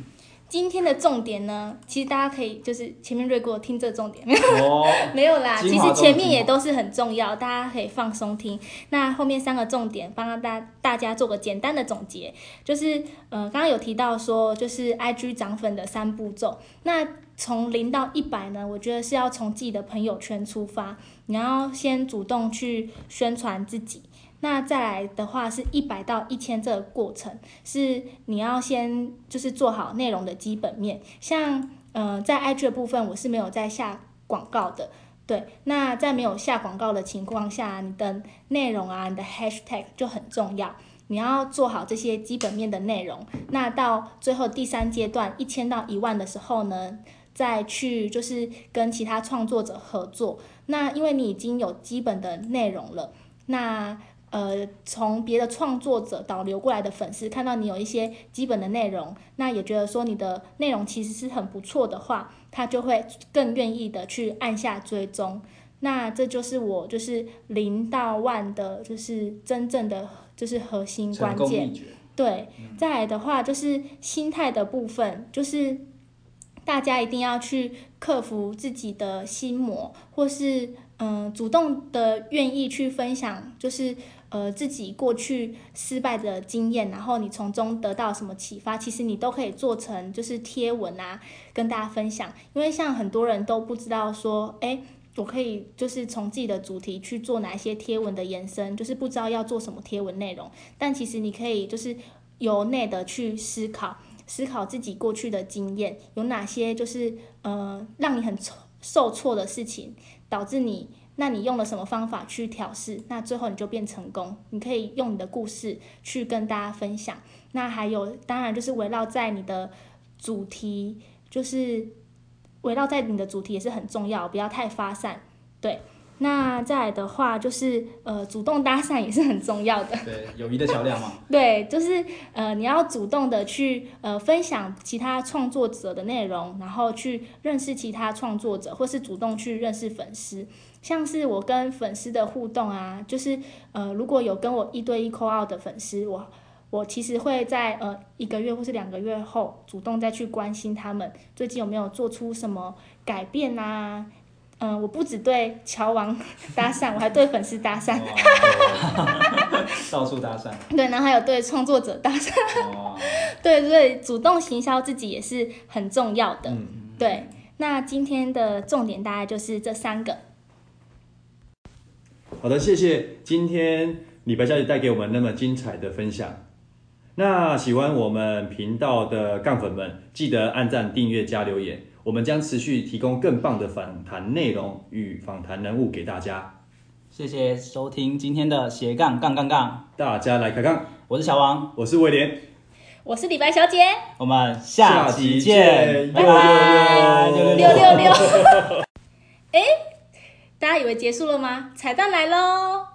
[SPEAKER 3] 今天的重点呢，其实大家可以就是前面瑞过听这重点，
[SPEAKER 1] 哦，
[SPEAKER 3] 没有啦，
[SPEAKER 1] 精
[SPEAKER 3] 其
[SPEAKER 1] 华中的
[SPEAKER 3] 实前面
[SPEAKER 1] 精华
[SPEAKER 3] 也都是很重要，大家可以放松听。那后面三个重点，帮大大家做个简单的总结，就是呃，刚刚有提到说，就是 IG 涨粉的三步骤。那从零到一百呢，我觉得是要从自己的朋友圈出发，你要先主动去宣传自己。那再来的话是一百到一千这个过程，是你要先就是做好内容的基本面，像呃在 IG 的部分我是没有在下广告的，对，那在没有下广告的情况下，你的内容啊，你的 hashtag 就很重要。你要做好这些基本面的内容。那到最后第三阶段一千到一万的时候呢，再去就是跟其他创作者合作。那因为你已经有基本的内容了，那呃，从别的创作者导流过来的粉丝看到你有一些基本的内容，那也觉得说你的内容其实是很不错的话，他就会更愿意的去按下追踪。那这就是我就是零到万的，就是真正的就是核心
[SPEAKER 1] 成
[SPEAKER 3] 关
[SPEAKER 1] 功
[SPEAKER 3] 键
[SPEAKER 1] 秘。诀。
[SPEAKER 3] 对，再来的话就是心态的部分，就是大家一定要去克服自己的心魔，或是嗯、呃主动的愿意去分享，就是呃自己过去失败的经验，然后你从中得到什么启发，其实你都可以做成就是贴文啊，跟大家分享。因为像很多人都不知道说，哎，我可以就是从自己的主题去做哪一些贴文的延伸，就是不知道要做什么贴文内容，但其实你可以就是由内的去思考，思考自己过去的经验，有哪些就是呃让你很挫受挫的事情，导致你。那你用了什么方法去调试？那最后你就变成功。你可以用你的故事去跟大家分享。那还有，当然就是围绕在你的主题，就是围绕在你的主题也是很重要，不要太发散。对，那再来的话就是呃，主动搭讪也是很重要的。
[SPEAKER 1] 对，友谊的桥梁嘛。
[SPEAKER 3] 对，就是呃，你要主动的去呃分享其他创作者的内容，然后去认识其他创作者，或是主动去认识粉丝。像是我跟粉丝的互动啊，就是呃，如果有跟我一对一 call out 的粉丝，我我其实会在呃一个月或是两个月后，主动再去关心他们最近有没有做出什么改变啊。嗯、我不只对乔王搭讪，我还对粉丝搭讪，
[SPEAKER 1] 哇到处搭讪。
[SPEAKER 3] 对，然后还有对创作者搭讪，
[SPEAKER 1] 哇，
[SPEAKER 3] 对对，主动行销自己也是很重要的。对，那今天的重点大概就是这三个。
[SPEAKER 2] 好的，谢谢今天李白小姐带给我们那么精彩的分享。那喜欢我们频道的杠粉们，记得按赞、订阅、加留言，我们将持续提供更棒的访谈内容与访谈人物给大家。
[SPEAKER 1] 谢谢收听今天的斜杠杠杠杠，
[SPEAKER 2] 大家来开杠，
[SPEAKER 1] 我是小王，
[SPEAKER 2] 我是威廉。
[SPEAKER 3] 我是李白小姐，
[SPEAKER 1] 我们下期见，
[SPEAKER 2] 下期见
[SPEAKER 1] 拜拜，
[SPEAKER 2] 六
[SPEAKER 3] 六六六。哎，大家以为结束了吗？彩蛋来喽！